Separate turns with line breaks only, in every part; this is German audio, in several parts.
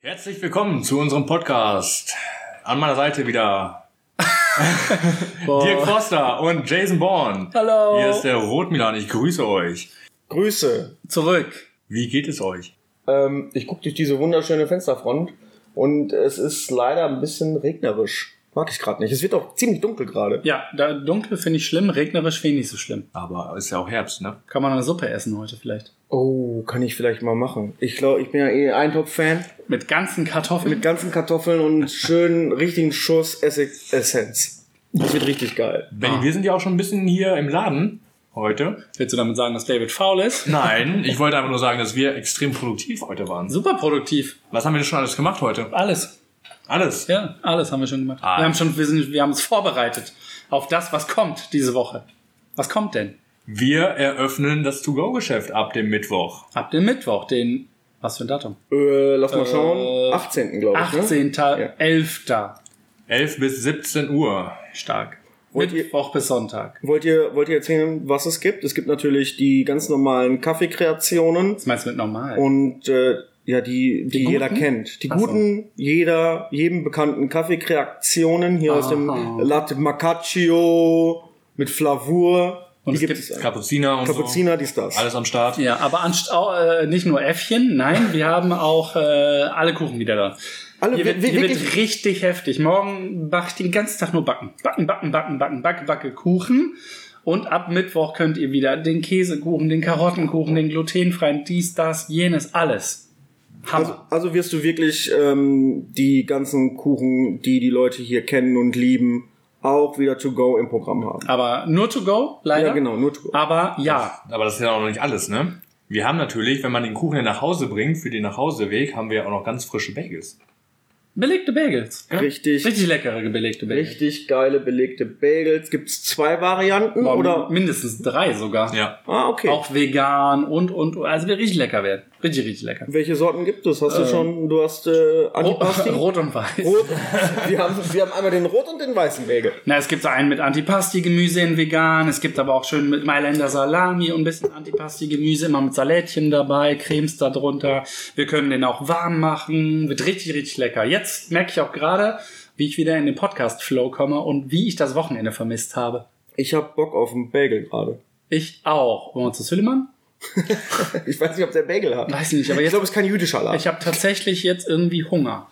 Herzlich willkommen zu unserem Podcast. An meiner Seite wieder Dirk Foster und Jason Bourne.
Hallo.
Hier ist der Rotmilan. Ich grüße euch.
Grüße.
Zurück.
Wie geht es euch?
Ähm, ich gucke durch diese wunderschöne Fensterfront und es ist leider ein bisschen regnerisch. Mag ich gerade nicht. Es wird auch ziemlich dunkel gerade.
Ja, da dunkel finde ich schlimm, regnerisch finde ich nicht so schlimm.
Aber ist ja auch Herbst, ne?
Kann man eine Suppe essen heute vielleicht.
Oh, kann ich vielleicht mal machen. Ich glaube, ich bin ja eh Eintopf-Fan.
Mit ganzen Kartoffeln.
Mit ganzen Kartoffeln und schönen richtigen Schuss Essig-Essenz. Das wird richtig geil.
Ah.
Benny, wir sind ja auch schon ein bisschen hier im Laden heute.
Willst du damit sagen, dass David faul ist?
Nein, ich wollte einfach nur sagen, dass wir extrem produktiv heute waren.
Super produktiv.
Was haben wir denn schon alles gemacht heute?
Alles.
Alles.
Ja, alles haben wir schon gemacht.
Ah.
Wir haben schon, wir sind, wir haben es vorbereitet auf das, was kommt diese Woche. Was kommt denn?
Wir eröffnen das To-Go-Geschäft ab dem Mittwoch.
Ab dem Mittwoch, den, was für ein Datum?
Äh, lass mal
Äh,
schauen. 18. glaube ich.
18.
Ne? Ja.
11.
11 bis 17 Uhr.
Stark.
Wollt ihr-
Mittwoch bis Sonntag.
Wollt ihr, wollt ihr erzählen, was es gibt? Es gibt natürlich die ganz normalen Kaffeekreationen.
Was meinst du mit normal?
und äh, ja, die, die,
guten?
jeder kennt. Die
Ach so.
guten, jeder, jedem bekannten Kaffeekreationen hier aus dem
Aha.
Latte Macaccio mit Flavur.
Und
die
es
gibt
gibt
es alle.
Kapuziner und
Kapuziner, dies, das.
so. Alles am Start.
Ja, aber anst au- äh, nicht nur Äffchen, nein, wir haben auch äh, alle Kuchen wieder da.
Alle-
hier wird,
wir-
hier wird
wirklich?
richtig heftig. Morgen mache ich den ganzen Tag nur backen. Backen, backen, backen, backen, backe, backe Kuchen. Und ab Mittwoch könnt ihr wieder den Käsekuchen, den Karottenkuchen, den glutenfreien, dies, das, jenes, alles.
Also,
Hammer.
also wirst du wirklich ähm, die ganzen Kuchen, die die Leute hier kennen und lieben, auch wieder to go im Programm haben.
aber nur to go, leider.
Ja, genau, nur to go.
Aber ja,
Aber das ist ja auch noch nicht alles, ne? Wir haben natürlich, wenn man den Kuchen ja nach Hause bringt, für den Nachhauseweg, haben wir auch noch ganz frische Bagels.
belegte Bagels. ne?
Richtig.
Richtig leckere belegte Bagels.
Richtig geile belegte Bagels. Gibt es zwei Varianten?
Boah,
oder?
mindestens drei sogar.
Ja.
Ah, okay.
Auch vegan und, und, also wird richtig lecker werden. Richtig, richtig lecker.
Welche Sorten gibt es? Hast du schon, du hast
Oh.
äh, Antipasti?
Rot und weiß.
Rot. Wir haben, wir haben einmal den rot und den weißen Bagel.
Na, es gibt so einen mit Antipasti-Gemüse in vegan, es gibt aber auch schön mit Mailänder Salami und ein bisschen Antipasti-Gemüse, immer mit Salätchen dabei, Cremes da drunter. Wir können den auch warm machen, wird richtig, richtig lecker. Jetzt merke ich auch gerade, wie ich wieder in den Podcast-Flow komme und wie ich das Wochenende vermisst habe.
Ich habe Bock auf einen Bagel gerade.
Ich auch. Wollen wir zu Süllemann?
Ich weiß nicht, ob der Bagel hat.
Weiß nicht, aber
Ich
jetzt,
glaube, es ist kein jüdischer Laden.
ich habe tatsächlich jetzt irgendwie Hunger.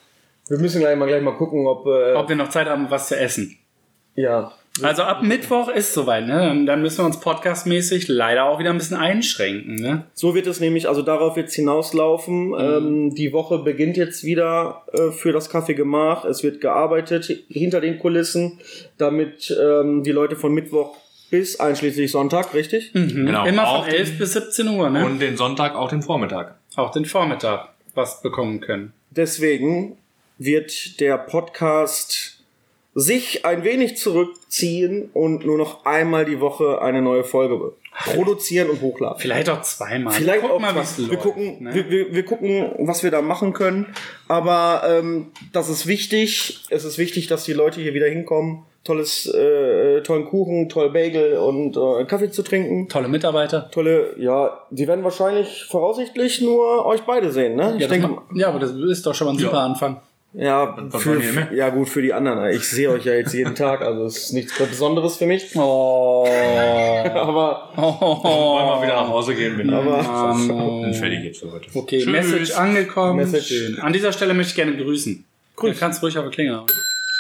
Wir müssen gleich mal, gleich mal gucken, ob... Äh,
Ob wir noch Zeit haben, was zu essen.
ja.
Also ab Mittwoch ist soweit, ne? Dann müssen wir uns podcastmäßig leider auch wieder ein bisschen einschränken, ne?
So wird es nämlich, also darauf jetzt hinauslaufen.
Mhm.
Ähm, die Woche beginnt jetzt wieder äh, für das Kaffeegemach. Es wird gearbeitet hinter den Kulissen, damit ähm, die Leute von Mittwoch bis einschließlich Sonntag, richtig?
Mhm.
Genau.
Immer von
Auch
11 bis 17 Uhr, ne?
Und den Sonntag auch den Vormittag.
auch den Vormittag was bekommen können.
Deswegen wird der Podcast sich ein wenig zurückziehen und nur noch einmal die Woche eine neue Folge produzieren und hochladen.
Vielleicht auch zweimal.
Vielleicht
Guck
auch
mal,
was.
wie's
Wir
läuft,
gucken,
ne?
wir, wir, wir gucken, was wir da machen können. Aber ähm, das ist wichtig. Es ist wichtig, dass die Leute hier wieder hinkommen. Tolles, äh, tollen Kuchen, toll Bagel und äh, Kaffee zu trinken.
Tolle Mitarbeiter.
Tolle, ja, die werden wahrscheinlich voraussichtlich nur euch beide sehen, ne? Ich
Ja, das
denke,
ma- ja, aber das ist doch schon mal ein super Anfang.
Ja,
was
für,
wollen die mehr?
ja gut, für die anderen. Ich sehe euch ja jetzt jeden Tag, also es ist nichts Besonderes für mich.
Oh.
Aber
Wollen wir
oh.
wieder nach Hause gehen, wenn
Aber- Oh.
dann fertig jetzt für heute.
Okay, Message angekommen.
Message.
Schön. An dieser Stelle möchte ich gerne grüßen. Grüß. Du kannst ruhig auf die Klinge hauen.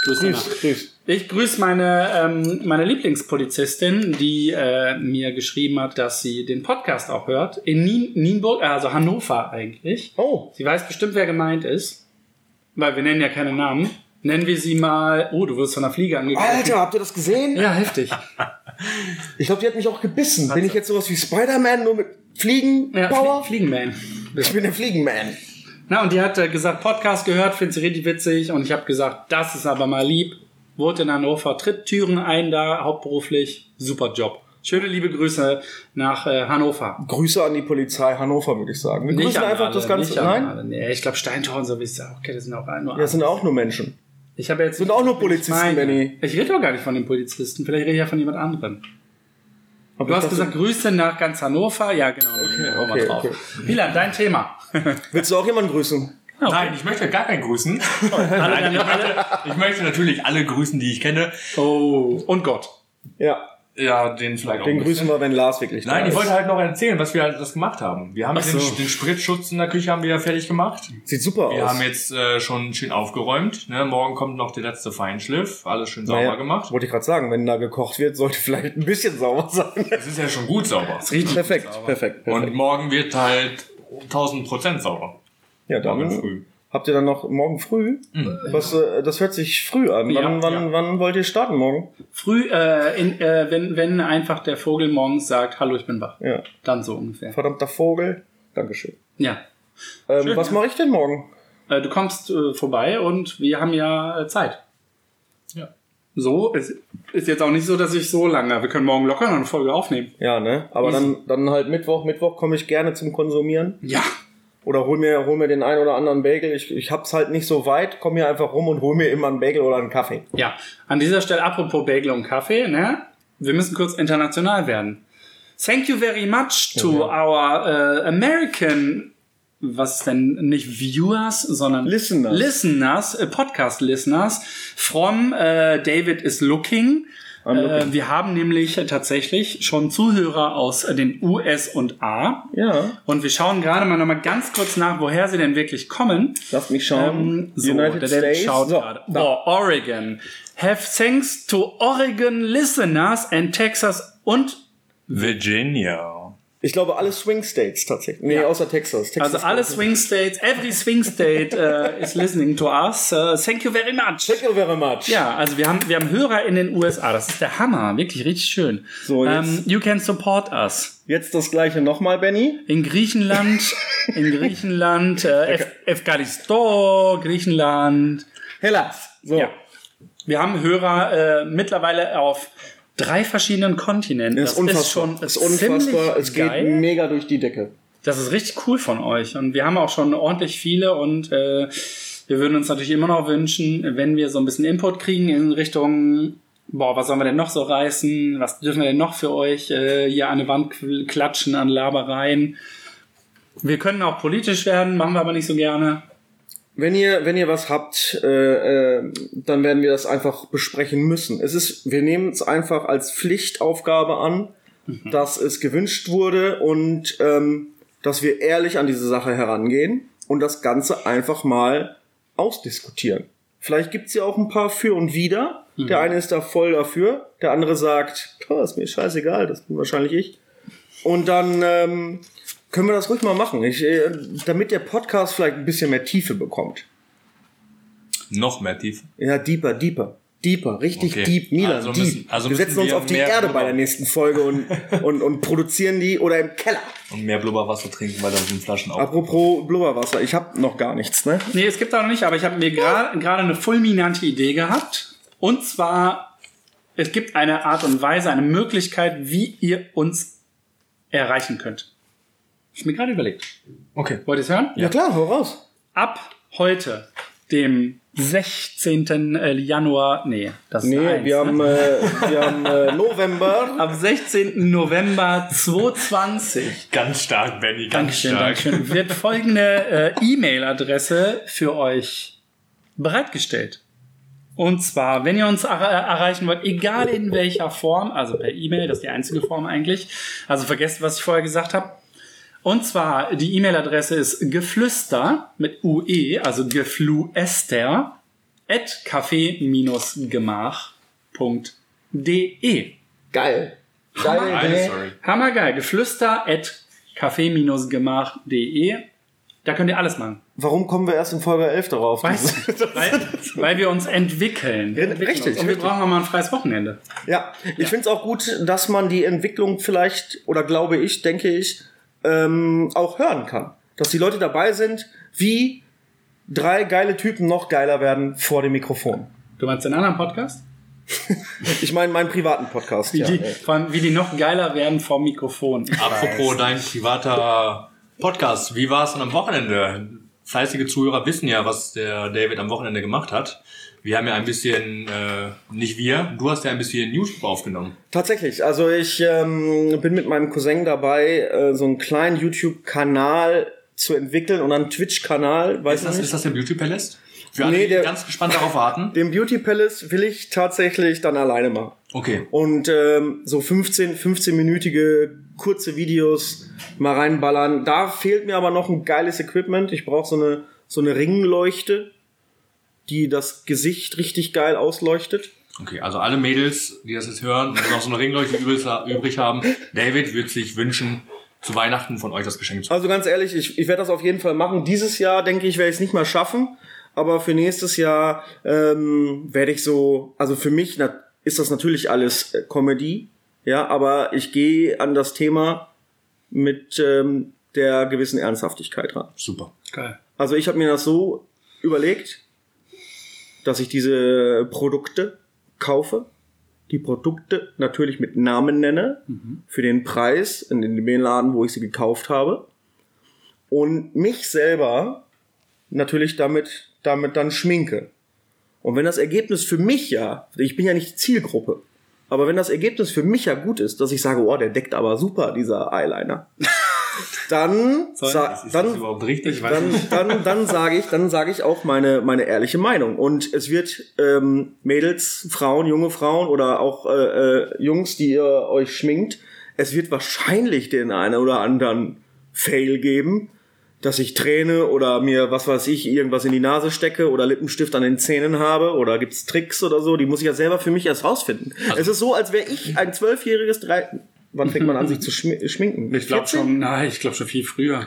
Grüß, danach.
grüß, grüß.
Ich grüße meine, ähm, meine Lieblingspolizistin, die äh, mir geschrieben hat, dass sie den Podcast auch hört. In Nien Nienburg, äh, also Hannover eigentlich.
Oh,
Sie weiß bestimmt, wer gemeint ist. Weil wir nennen ja keine Namen. Nennen wir sie mal. Oh, du wirst von einer Fliege angegriffen.
Alter, habt ihr das gesehen?
Ja, heftig.
Ich glaube, die hat mich auch gebissen. Bin ich jetzt sowas wie Spider-Man, nur mit Fliegen,
Ja, Flie-
Power?
Fliegenman.
Ich bin der Fliegenman.
Na, und die hat äh, gesagt, Podcast gehört, findet sie richtig witzig. Und ich habe gesagt, das ist aber mal lieb. Wohnt in Hannover, tritt Türen ein da, hauptberuflich. Super Job. Schöne liebe Grüße nach äh, Hannover.
Grüße an die Polizei Hannover, würde ich sagen. Wir grüßen
an
einfach
alle,
das Ganze.
nicht an
Nein,
alle. Nee, ich glaube, Steintor und so, wie es auch okay, das sind auch nur
das sind auch nur Menschen.
Ich habe jetzt
Sind auch nur Polizisten,
Ich meine,
Benny.
Ich rede doch gar nicht von den Polizisten, vielleicht rede ich ja von jemand anderem.
Aber
Du
ich
hast
dachte-
gesagt, Grüße nach ganz Hannover. Ja, genau. Okay,
okay,
okay, okay. Milan, dein Thema.
Willst du auch jemanden grüßen?
Nein, ich möchte gar keinen grüßen. Nein, ich, möchte, ich möchte natürlich alle grüßen, die ich kenne.
Oh. Und Gott.
Ja,
Ja, den vielleicht auch.
den
nicht.
grüßen wir, wenn Lars wirklich
Nein,
da
ich
ist.
wollte halt noch erzählen, was wir halt das gemacht haben. Wir haben
Ach
den,
so.
den Spritschutz in der Küche haben wir ja fertig gemacht.
Sieht super
Wir
aus.
haben jetzt äh, schon schön aufgeräumt. Ne? Morgen kommt noch der letzte Feinschliff. Alles schön sauber
Naja,
gemacht.
Wollte ich gerade sagen, wenn da gekocht wird, sollte vielleicht ein bisschen sauer sein.
Es ist ja schon gut sauber.
Perfekt, perfekt, perfekt.
Und morgen wird halt 1000% sauber.
ja, dann
morgen früh.
habt ihr dann noch morgen früh? Was, äh, das hört sich früh an.
Mhm. Ja,
wann, wann,
ja.
wann wollt ihr starten morgen?
Früh, äh, in, äh, wenn, wenn einfach der Vogel morgens sagt, hallo, ich bin wach.
Ja,
Dann so ungefähr.
verdammter Vogel. Dankeschön.
Ja.
Ähm,
Schön,
was
ja.
mache ich denn morgen?
Äh, du kommst äh, vorbei und wir haben ja äh, Zeit.
Ja.
So, es ist jetzt auch nicht so, dass ich so lange. Wir können morgen locker noch eine Folge aufnehmen.
Ja, ne? Aber dann, dann halt Mittwoch. Mittwoch komme ich gerne zum Konsumieren.
Ja.
Oder hol mir, hol mir den einen oder anderen Bagel. Ich, ich hab's halt nicht so weit. Komm hier einfach rum und hol mir immer einen Bagel oder einen Kaffee.
Ja. An dieser Stelle, apropos Bagel und Kaffee, ne? Wir müssen kurz international werden. Thank you very much to our äh, American, was ist denn nicht Viewers, sondern
Listeners.
Listeners, äh, Podcast-Listeners from äh, David is Looking.
I'm looking.
Äh, wir haben nämlich tatsächlich schon Zuhörer aus äh, den US und A.
Ja,
Und wir schauen gerade mal nochmal ganz kurz nach, woher sie denn wirklich kommen.
lass mich
Ähm,
schauen.
so, der David schaut
so,
gerade.
da.
Boah, Oregon. Have thanks to Oregon listeners and Texas und
Virginia.
Ich glaube, alle Swing States tatsächlich. Nee, außer Texas. Texas
also alle Swing States, every Swing State äh, is listening to us. Äh, thank you very much.
Thank you very much.
Ja, also wir haben, wir haben Hörer in den USA. Das ist der Hammer. Wirklich richtig schön.
So, jetzt-
Ähm, you can support us.
Jetzt das gleiche nochmal, Benny.
In Griechenland, in Griechenland, äh, Af Afghanistan, Griechenland.
Hellas. So.
Ja. Wir haben Hörer äh, mittlerweile auf drei verschiedenen Kontinenten.
Das ist unfassbar.
schon äh,
Das ist
ziemlich
unfassbar. Es geht
geil.
mega durch die Decke.
Das ist richtig cool von euch. Und wir haben auch schon ordentlich viele und äh, wir würden uns natürlich immer noch wünschen, wenn wir so ein bisschen Input kriegen in Richtung, boah, was sollen wir denn noch so reißen? Was dürfen wir denn noch für euch äh, hier an eine Wand kl- klatschen, an Labereien? Wir können auch politisch werden, machen wir aber nicht so gerne.
Wenn ihr, wenn ihr was habt, äh, äh, dann werden wir das einfach besprechen müssen. Es ist, wir nehmen es einfach als Pflichtaufgabe an, dass es gewünscht wurde und ähm, dass wir ehrlich an diese Sache herangehen und das Ganze einfach mal ausdiskutieren. Vielleicht gibt's ja auch ein paar für und wider. Der eine ist da voll dafür, der andere sagt, "Puh, ist mir scheißegal, das bin wahrscheinlich ich. Und dann ähm, können wir das ruhig mal machen, ich, äh, damit der Podcast vielleicht ein bisschen mehr Tiefe bekommt.
Noch mehr tief.
Ja, deeper, deeper. Deeper, richtig
Okay.
deep, Milan,
Also
deep.
müssen- also
wir
müssen
setzen uns
wir
auf die
mehr
Erde bei
drüber.
der nächsten Folge und, und, und produzieren die oder im Keller.
Und mehr Blubberwasser trinken, weil da sind Flaschen auf.
Apropos Blubberwasser, ich habe noch gar nichts, ne?
Nee, es gibt auch noch nicht, aber ich habe mir gra- gerade eine fulminante Idee gehabt. Und zwar, es gibt eine Art und Weise, eine Möglichkeit, wie ihr uns erreichen könnt. Ich mir gerade überlegt.
Okay.
Wollt ihr es hören?
Ja, klar, hau raus.
Ab heute, dem 16. Januar, nee, das ist
Nee,
eins,
wir
ne?
haben, äh, wir haben äh, November.
Ab 16. November 2020
Ganz stark, Benny, ganz
Dankeschön,
stark.
Dankeschön. Wird folgende äh, E-Mail-Adresse für euch bereitgestellt. Und zwar, wenn ihr uns er äh, erreichen wollt, egal in welcher Form, also per E-Mail, das ist die einzige Form eigentlich. Also vergesst, was ich vorher gesagt habe. Und zwar, die E-Mail-Adresse ist geflüster mit UE, also gefluester, at café-gemach.de.
Geil. Geile
Eine
Idee.
Story.
Hammergeil. Geflüster at café-gemach.de. Da könnt ihr alles machen.
Warum kommen wir erst in Folge 11 darauf?
Weißt du? weil, weil wir uns entwickeln. Wir entwickeln
richtig,
Uns. Und wir
richtig.
brauchen auch mal ein freies Wochenende.
Ja, ich find's auch gut, dass man die Entwicklung vielleicht, oder glaube ich, denke ich, ähm, auch hören kann. Dass die Leute dabei sind, wie drei geile Typen noch geiler werden vor dem Mikrofon.
Du meinst den anderen Podcast?
Ich meine meinen privaten Podcast.
Wie,
Ja.
die, vor allem, wie die noch geiler werden vor Mikrofon.
Apropos dein privater Podcast, wie war es denn am Wochenende? Fleißige Zuhörer wissen ja, was der David am Wochenende gemacht hat. Wir haben ja ein bisschen, äh, nicht wir, du hast ja ein bisschen YouTube aufgenommen.
Tatsächlich, also ich ähm, bin mit meinem Cousin dabei, äh, so einen kleinen YouTube-Kanal zu entwickeln und einen Twitch-Kanal, weiß
Ist
ich
das,
nicht.
ist das der Beauty Palace? Für alle,
Nee,
die
der-
ganz gespannt darauf warten.
Den Beauty Palace will ich tatsächlich dann alleine machen.
Okay.
Und ähm, so 15, 15-minütige kurze Videos mal reinballern. Da fehlt mir aber noch ein geiles Equipment. Ich brauche so eine, so eine Ringleuchte, die das Gesicht richtig geil ausleuchtet.
Okay, also alle Mädels, die das jetzt hören und noch so eine Ringleuchte übelst- übrig haben, David würde sich wünschen, zu Weihnachten von euch das Geschenk zu
Also ganz ehrlich, ich, ich werde das auf jeden Fall machen. Dieses Jahr, denke ich, werde ich es nicht mehr schaffen. Aber für nächstes Jahr ähm, werde ich so, also für mich na, ist das natürlich alles äh, Comedy, ja, aber ich gehe an das Thema mit ähm, der gewissen Ernsthaftigkeit ran.
Super.
Geil.
Also ich habe mir das so überlegt, dass ich diese Produkte kaufe, die Produkte natürlich mit Namen nenne,
Mhm.
für den Preis in dem Laden, wo ich sie gekauft habe und mich selber natürlich damit, damit dann schminke. Und wenn das Ergebnis für mich ja, ich bin ja nicht die Zielgruppe, aber wenn das Ergebnis für mich ja gut ist, dass ich sage, oh, der deckt aber super, dieser Eyeliner, dann, sa-
ist das
dann,
überhaupt richtig? Ich weiß
dann,
nicht.
dann, dann sage ich, dann sage ich auch meine, meine ehrliche Meinung. Und es wird ähm, Mädels, Frauen, junge Frauen oder auch äh, äh, Jungs, die ihr euch schminkt, es wird wahrscheinlich den einen oder anderen Fail geben, dass ich träne oder mir, was weiß ich, irgendwas in die Nase stecke oder Lippenstift an den Zähnen habe oder gibt's Tricks oder so, die muss ich ja selber für mich erst rausfinden. es ist so, als wäre ich ein zwölfjähriges drei. Wann fängt man an, sich zu schmi- schminken?
Ich glaube
14?
schon, nein, ich glaube schon viel früher.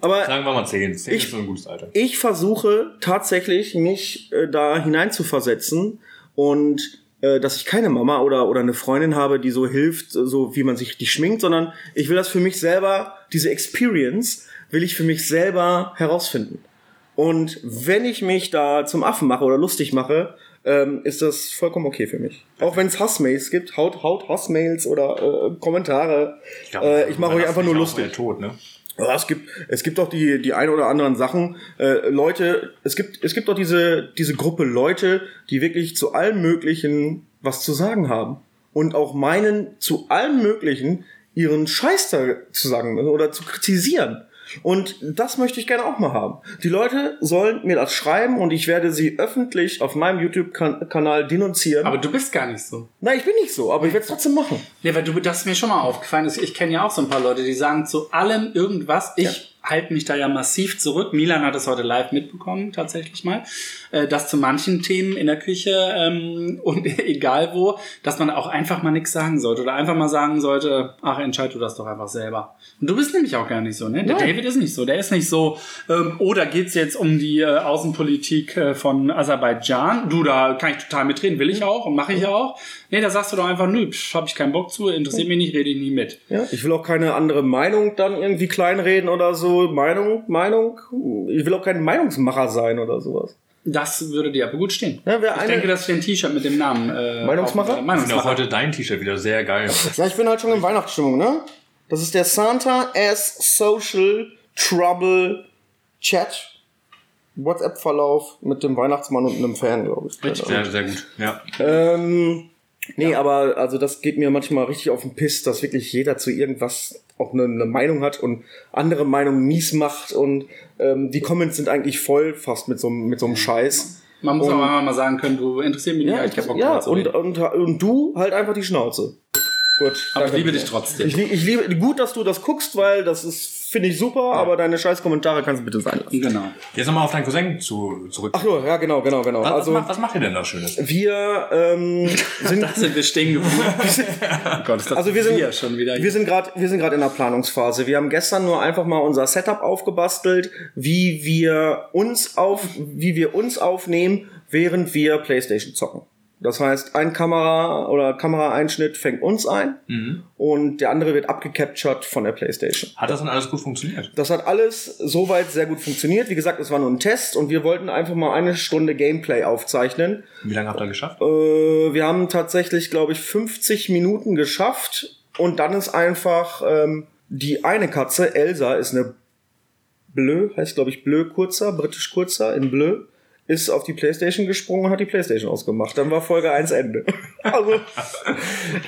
Aber
Sagen wir mal 10. 10
Ich-
ist so ein gutes Alter.
ich versuche tatsächlich, mich äh, da hineinzuversetzen und äh, dass ich keine Mama oder, oder eine Freundin habe, die so hilft, äh, so wie man sich die schminkt, sondern ich will das für mich selber, diese Experience will ich für mich selber herausfinden. Und wenn ich mich da zum Affen mache oder lustig mache, ähm, ist das vollkommen okay für mich. Auch wenn es Hassmails gibt, haut, haut Hassmails oder äh, Kommentare. äh, ich mache euch einfach nur lustig.
Tot, ne?
Ja, es gibt, es gibt auch die, die ein oder anderen Sachen. Äh, Leute, es gibt, es gibt auch diese, diese Gruppe Leute, die wirklich zu allem Möglichen was zu sagen haben. Und auch meinen, zu allem Möglichen ihren Scheiß da zu sagen oder zu kritisieren. Und das möchte ich gerne auch mal haben. Die Leute sollen mir das schreiben und ich werde sie öffentlich auf meinem YouTube-Kanal denunzieren.
Aber du bist gar nicht so.
Nein, ich bin nicht so, aber ich werde es trotzdem machen.
Nee, weil du, das ist mir schon mal aufgefallen. dass Ich ich kenne ja auch so ein paar Leute, die sagen zu allem irgendwas. Ich halte mich da ja massiv zurück. Milan hat es heute live mitbekommen, tatsächlich mal, äh, dass zu manchen Themen in der Küche ähm, und egal wo, dass man auch einfach mal nichts sagen sollte oder einfach mal sagen sollte, ach, entscheid du das doch einfach selber. Und du bist nämlich auch gar nicht so, ne? Der
Nein.
David ist nicht so. Der ist nicht so, ähm, oh, da geht's jetzt um die äh, Außenpolitik äh, von Aserbaidschan. Du, da kann ich total mitreden, will ich auch und mache ich auch. Nee, da sagst du doch einfach, nö, pf, hab ich keinen Bock zu, interessiert mich nicht, rede ich nie mit.
Ja, ich will auch keine andere Meinung dann irgendwie kleinreden oder so. Meinung, Meinung. Ich will auch kein Meinungsmacher sein oder sowas.
Das würde dir aber gut stehen.
Ja, wer
ich
eine-
denke, dass ich ein T-Shirt mit dem Namen. Äh,
Meinungsmacher?
auf-
Ich
äh,
finde ne? auch
Meinungsmacher.
heute dein T-Shirt wieder sehr geil.
Ja, ich bin halt schon in Weihnachtsstimmung, ne? Das ist der Santa S Social Trouble Chat. WhatsApp-Verlauf mit dem Weihnachtsmann und einem Fan, glaube ich.
Richtig.
Sehr, sehr gut. Ja.
Ähm, nee, aber also das geht mir manchmal richtig auf den Piss, dass wirklich jeder zu irgendwas auch eine, eine Meinung hat und andere Meinungen mies macht und ähm, die Comments sind eigentlich voll fast mit so, einem- mit so einem Scheiß.
Man muss
Und-
auch einfach mal sagen können, du interessierst mich nicht,
Ja,
ich hab Bock
ja
drüber zu
und,
reden.
und, und du halt einfach die Schnauze. Gut.
Aber ich
danke.
liebe dich trotzdem.
Ich, lie- ich liebe, gut, dass du das guckst, weil das ist, finde ich super, aber deine scheiß Kommentare kannst du bitte sein lassen.
genau.
Jetzt nochmal auf deinen Cousin zu, zurück.
Ach so, ja, genau, genau, genau.
was, was,
also,
macht, was macht ihr denn da Schönes?
wir ähm, sind,
Da sind wir stehen geblieben. oh Gott, ist das
also wir sind,
schon wieder.
wir sind gerade, wir sind gerade in der Planungsphase. Wir haben gestern nur einfach mal unser Setup aufgebastelt, wie wir uns auf, wie wir uns aufnehmen, während wir PlayStation zocken. Das heißt, ein Kamera oder Kameraeinschnitt fängt uns ein und der andere wird abgecaptured von der PlayStation.
Hat das denn alles gut funktioniert?
Das hat alles soweit sehr gut funktioniert. Wie gesagt, es war nur ein Test und wir wollten einfach mal eine Stunde Gameplay aufzeichnen.
Wie lange habt ihr geschafft?
Äh, wir haben tatsächlich, glaube ich, 50 Minuten geschafft und dann ist einfach ähm, die eine Katze, Elsa, ist eine Bleu, heißt glaube ich Bleu kurzer, britisch kurzer in Bleu, ist auf die Playstation gesprungen und hat die Playstation ausgemacht. Dann war Folge 1 Ende. Also,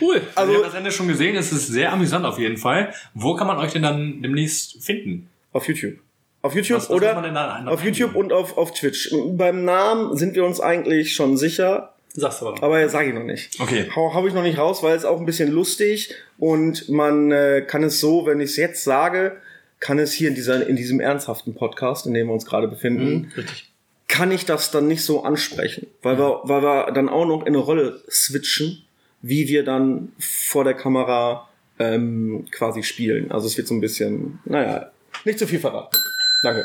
cool.
Also,
also
ich habe das Ende schon gesehen, es ist sehr amüsant auf jeden Fall. Wo kann man euch denn dann demnächst finden?
auf YouTube. Auf YouTube
Was- was muss
oder
man denn da rein-
auf YouTube und auf, auf Twitch. Beim Namen sind wir uns eigentlich schon sicher,
Sagst du aber noch.
aber sage ich noch nicht.
Okay.
Hau, hau ich noch nicht raus, weil es auch ein bisschen lustig und man äh, kann es so, wenn ich es jetzt sage, kann es hier in, dieser, in diesem ernsthaften Podcast, in dem wir uns gerade befinden,
Mhm, Richtig.
kann ich das dann nicht so ansprechen, weil wir, weil wir dann auch noch in eine Rolle switchen, wie wir dann vor der Kamera ähm, quasi spielen. Also es wird so ein bisschen, naja, nicht zu viel verraten. Danke.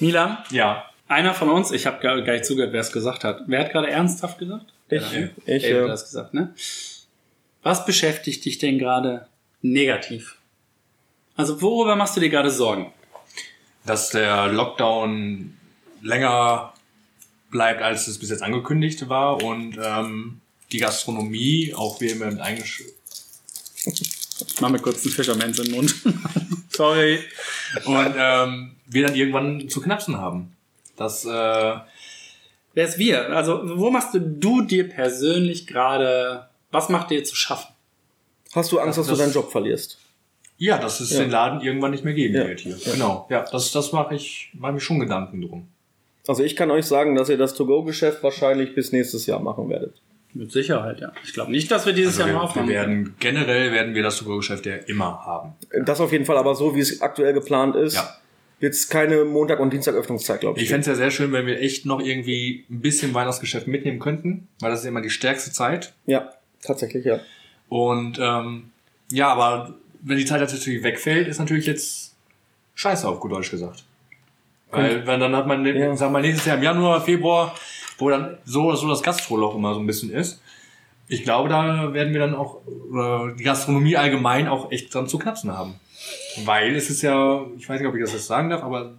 Milan,
Ja.
einer von uns, ich habe gar gar nicht zugehört, wer es gesagt hat. Wer hat gerade ernsthaft gesagt?
Ich,
Ja.
ich,
David
äh,
hat das gesagt, ne? Was beschäftigt dich denn gerade negativ? Also worüber machst du dir gerade Sorgen?
Dass der Lockdown länger bleibt, als es bis jetzt angekündigt war und ähm, die Gastronomie, auch wir mit eigentlich
Ich mach mir kurz einen Fisch am Ende im Mund. Sorry.
und ähm, wir dann irgendwann zu knapsen haben. Das äh,
Wer ist wir? Also wo machst du, du dir persönlich gerade, was macht dir zu schaffen?
hast du Angst, dass
Das-
du deinen Job verlierst?
ja, dass es
Ja.
den Laden irgendwann nicht mehr geben
Ja.
wird hier. Genau. Ja, das das mache ich mache mir schon Gedanken drum.
Also ich kann euch sagen, dass ihr das To-Go-Geschäft wahrscheinlich bis nächstes Jahr machen werdet.
Mit Sicherheit, ja. Ich glaube nicht, dass wir dieses
Also
Jahr noch
wir, wir
aufmachen.
werden generell werden wir das Supergeschäft ja immer haben.
Das auf jeden Fall, aber so wie es aktuell geplant ist,
Ja.
wird es keine Montag- und Dienstagöffnungszeit, glaube ich.
Ich fänd's ja sehr schön, wenn wir echt noch irgendwie ein bisschen Weihnachtsgeschäft mitnehmen könnten, weil das ist immer die stärkste Zeit.
ja, tatsächlich, ja.
Und ähm, ja, aber wenn die Zeit jetzt natürlich wegfällt, ist natürlich jetzt scheiße auf gut Deutsch gesagt. Weil, weil dann hat man, den-
Ja.
sag mal, nächstes Jahr im Januar, Februar, wo dann so oder so das Gastroloch immer so ein bisschen ist. Ich glaube, da werden wir dann auch äh, die Gastronomie allgemein auch echt dran zu knapsen haben. Weil es ist ja, ich weiß nicht, ob ich das jetzt sagen darf, aber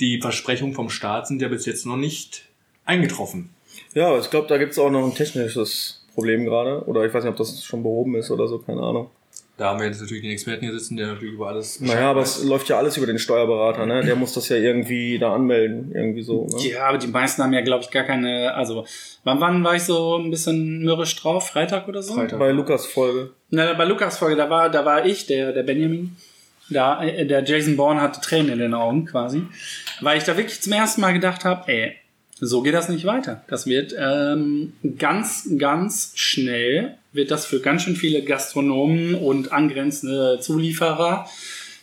die Versprechungen vom Staat sind ja bis jetzt noch nicht eingetroffen.
Ja, aber ich glaube, da gibt's auch noch ein technisches Problem gerade. Oder ich weiß nicht, ob das schon behoben ist oder so, keine Ahnung.
Da haben wir jetzt natürlich den Experten hier sitzen, der natürlich über alles.
Naja, aber es läuft ja alles über den Steuerberater, ne? Der muss das ja irgendwie da anmelden, irgendwie so. Ne?
Ja, aber die meisten haben ja, glaube ich, gar keine. Also, wann, wann war ich so ein bisschen mürrisch drauf? Freitag oder so?
Freitag.
Bei Lukas Folge.
Na, bei Lukas Folge, da war, da war ich, der, der Benjamin. Da, äh, der Jason Bourne hatte Tränen in den Augen quasi. Weil ich da wirklich zum ersten Mal gedacht habe, ey, so geht das nicht weiter. Das wird ähm, ganz, ganz schnell, wird das für ganz schön viele Gastronomen und angrenzende Zulieferer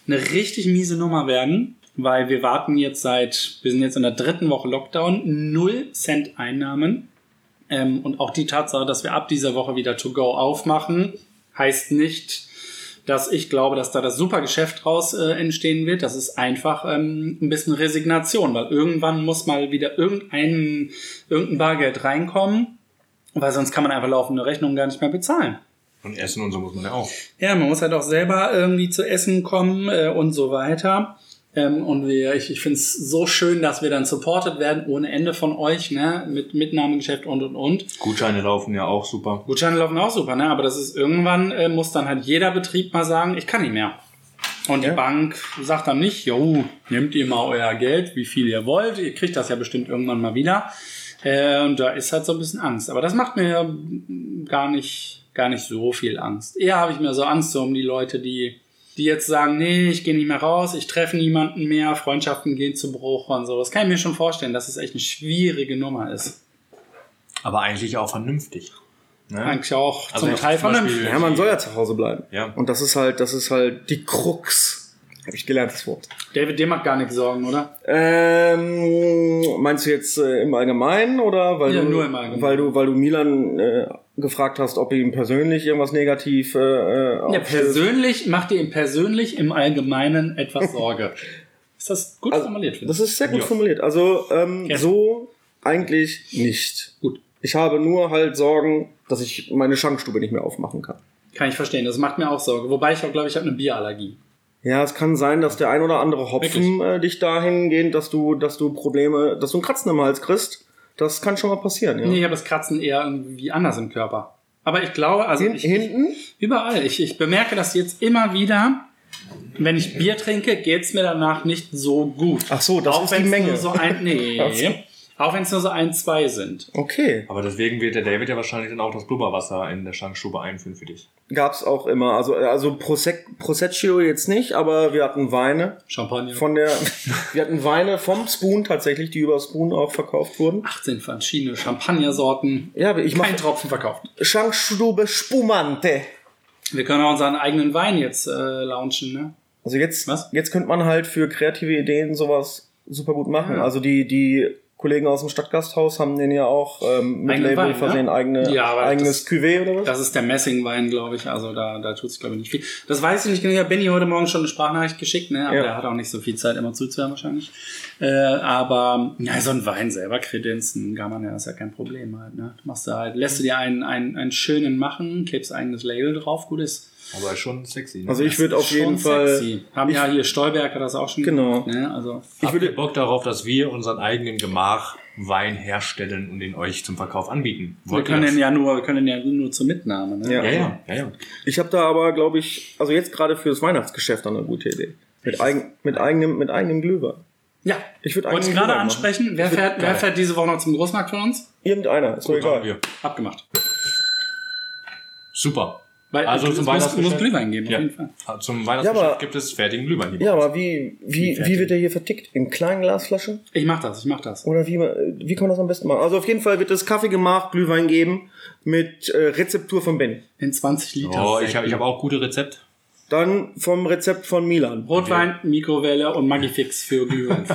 eine richtig miese Nummer werden, weil wir warten jetzt seit, wir sind jetzt in der dritten Woche Lockdown, null Cent Einnahmen. Ähm, und auch die Tatsache, dass wir ab dieser Woche wieder To Go aufmachen, heißt nicht, dass ich glaube, dass da das super Geschäft draus äh, entstehen wird. Das ist einfach ähm, ein bisschen Resignation, weil irgendwann muss mal wieder irgendein, irgendein Bargeld reinkommen, weil sonst kann man einfach laufende Rechnungen gar nicht mehr bezahlen.
Und Essen und so muss man ja auch.
Ja, man muss halt auch selber irgendwie zu essen kommen äh, und so weiter. Ähm, und wir, ich, ich finde es so schön, dass wir dann supported werden ohne Ende von euch, ne? Mit Mitnahmegeschäft und und und.
Gutscheine laufen ja auch super.
Gutscheine laufen auch super, ne? Aber das ist irgendwann äh, muss dann halt jeder Betrieb mal sagen, ich kann nicht mehr. Und
Ja.
die Bank sagt dann nicht, jo, nehmt ihr mal euer Geld, wie viel ihr wollt, ihr kriegt das ja bestimmt irgendwann mal wieder. Äh, und da ist halt so ein bisschen Angst. Aber das macht mir mm, gar nicht, gar nicht so viel Angst. Eher habe ich mir so Angst um die Leute, die, die jetzt sagen, nee, ich gehe nicht mehr raus, ich treffe niemanden mehr, Freundschaften gehen zu Bruch und so. Das kann ich mir schon vorstellen, dass es echt eine schwierige Nummer ist.
Aber eigentlich auch vernünftig. Ne?
Eigentlich auch
Also
zum
ich
Teil
zum Beispiel-
vernünftig.
Ja, man soll ja zu Hause bleiben.
Ja.
Und das ist halt, das ist halt die Krux. Habe ich gelernt, das Wort.
David, dir macht gar nichts Sorgen, oder?
Ähm, meinst du jetzt äh, im Allgemeinen oder weil
Ja,
du
nur im Allgemeinen.
weil du weil du Milan äh, gefragt hast, ob ihm persönlich irgendwas negativ äh,
Ja,
auffällt?
persönlich macht dir persönlich im Allgemeinen etwas Sorge. Ist das gut
Also,
formuliert? finde
Das
ich?
ist sehr gut formuliert. Also ähm,
Ja.
so eigentlich nicht.
gut.
Ich habe nur halt Sorgen, dass ich meine Schankstube nicht mehr aufmachen kann.
Kann ich verstehen. Das macht mir auch Sorge. Wobei ich auch glaube, ich habe eine Bierallergie.
Ja, es kann sein, dass der ein oder andere Hopfen äh, dich dahin geht, dass du, dass du Probleme, dass du einen Kratzen im Hals kriegst. Das kann schon mal passieren, ja.
Nee, ich habe das Kratzen eher irgendwie anders im Körper. Aber ich glaube, also
Hin,
ich,
hinten?
überall. Ich, ich bemerke das jetzt immer wieder. Wenn ich Bier trinke, geht es mir danach nicht so gut.
Ach so, das
auch
ist
wenn's
die Menge.
Nur so ein,
Ach so.
nee. Auch wenn es nur so ein, zwei sind.
Okay.
Aber deswegen wird der David ja wahrscheinlich dann auch das Blubberwasser in der Schankstube einführen für dich.
Gab's auch immer. Also, also Prosec Prosecco jetzt nicht, aber wir hatten Weine
Champagner.
von der, wir hatten Weine vom Spoon tatsächlich, die über Spoon auch verkauft wurden.
18 verschiedene Champagnersorten.
Ja, ich mach
Kein Tropfen verkauft.
Schankstube Spumante.
Wir können auch unseren eigenen Wein jetzt äh, launchen, ne?
Also jetzt,
Was?
jetzt könnte man halt für kreative Ideen sowas super gut machen.
Ja.
Also die, die Kollegen aus dem Stadtgasthaus haben den ja auch ähm, mit
Eigenen
Label
Wein,
versehen,
ne?
eigene,
Ja, aber
eigenes Cuvée oder was?
Das ist der Messingwein, glaube ich. Also da, da tut sich, glaube ich, nicht viel. Das weiß ich nicht genau. Ich habe Benny heute Morgen schon eine Sprachnachricht geschickt, ne? aber
Ja.
er hat auch nicht so viel Zeit, immer zuzuhören wahrscheinlich. Äh, aber ja, so ein Wein selber kredenzen kann man ja, ist ja kein Problem halt. Ne? Du machst da halt, lässt du dir einen, einen, einen schönen machen, klebst eigenes Label drauf, gut ist.
Aber ist schon sexy. Ne?
Also ich würde auf
Schon
jeden Fall,
sexy. Haben ja hier Stolberg hat das auch schon
Genau.
gemacht, Ne? Also
ich würde Bock darauf, dass wir unseren eigenen Gemach Wein herstellen und den euch zum Verkauf anbieten.
wir
Wollt ihr
können den
das?
ja nur, wir können den ja nur zur Mitnahme. Ne?
Ja.
Ja, ja, ja, ja.
ich habe da aber, glaube ich, also jetzt gerade für das Weihnachtsgeschäft eine gute Idee. Mit, eigen, mit eigenem, mit eigenem Glühwein.
ja.
Ich würde
Wollte ich gerade ansprechen, wer fährt, wer
geil.
fährt diese Woche noch zum Großmarkt von uns?
Irgendeiner, ist doch
Gut, machen
egal.
wir.
Abgemacht.
Super.
Weil
also
es
zum
muss-
Weihnachtsgeschäft.
muss Glühwein geben, auf
ja. Ah,
jeden Fall.
Zum
Ja,
Weihnachtsgeschäft
aber-
gibt es fertigen Glühwein.
Ja, aber wie, wie,
fertig.
wie wird der hier vertickt? In kleinen Glasflaschen?
Ich mach das, ich mach das.
Oder wie, man- wie kann man das am besten machen? Also auf jeden Fall wird es Kaffee gemacht, Glühwein geben mit äh, Rezeptur von Benny.
In 20 Liter.
oh, ich
Säcken.
habe ich hab auch gute Rezepte.
Dann vom Rezept von Milan.
Rotwein, Mikrowelle und Magifix für Glühwein.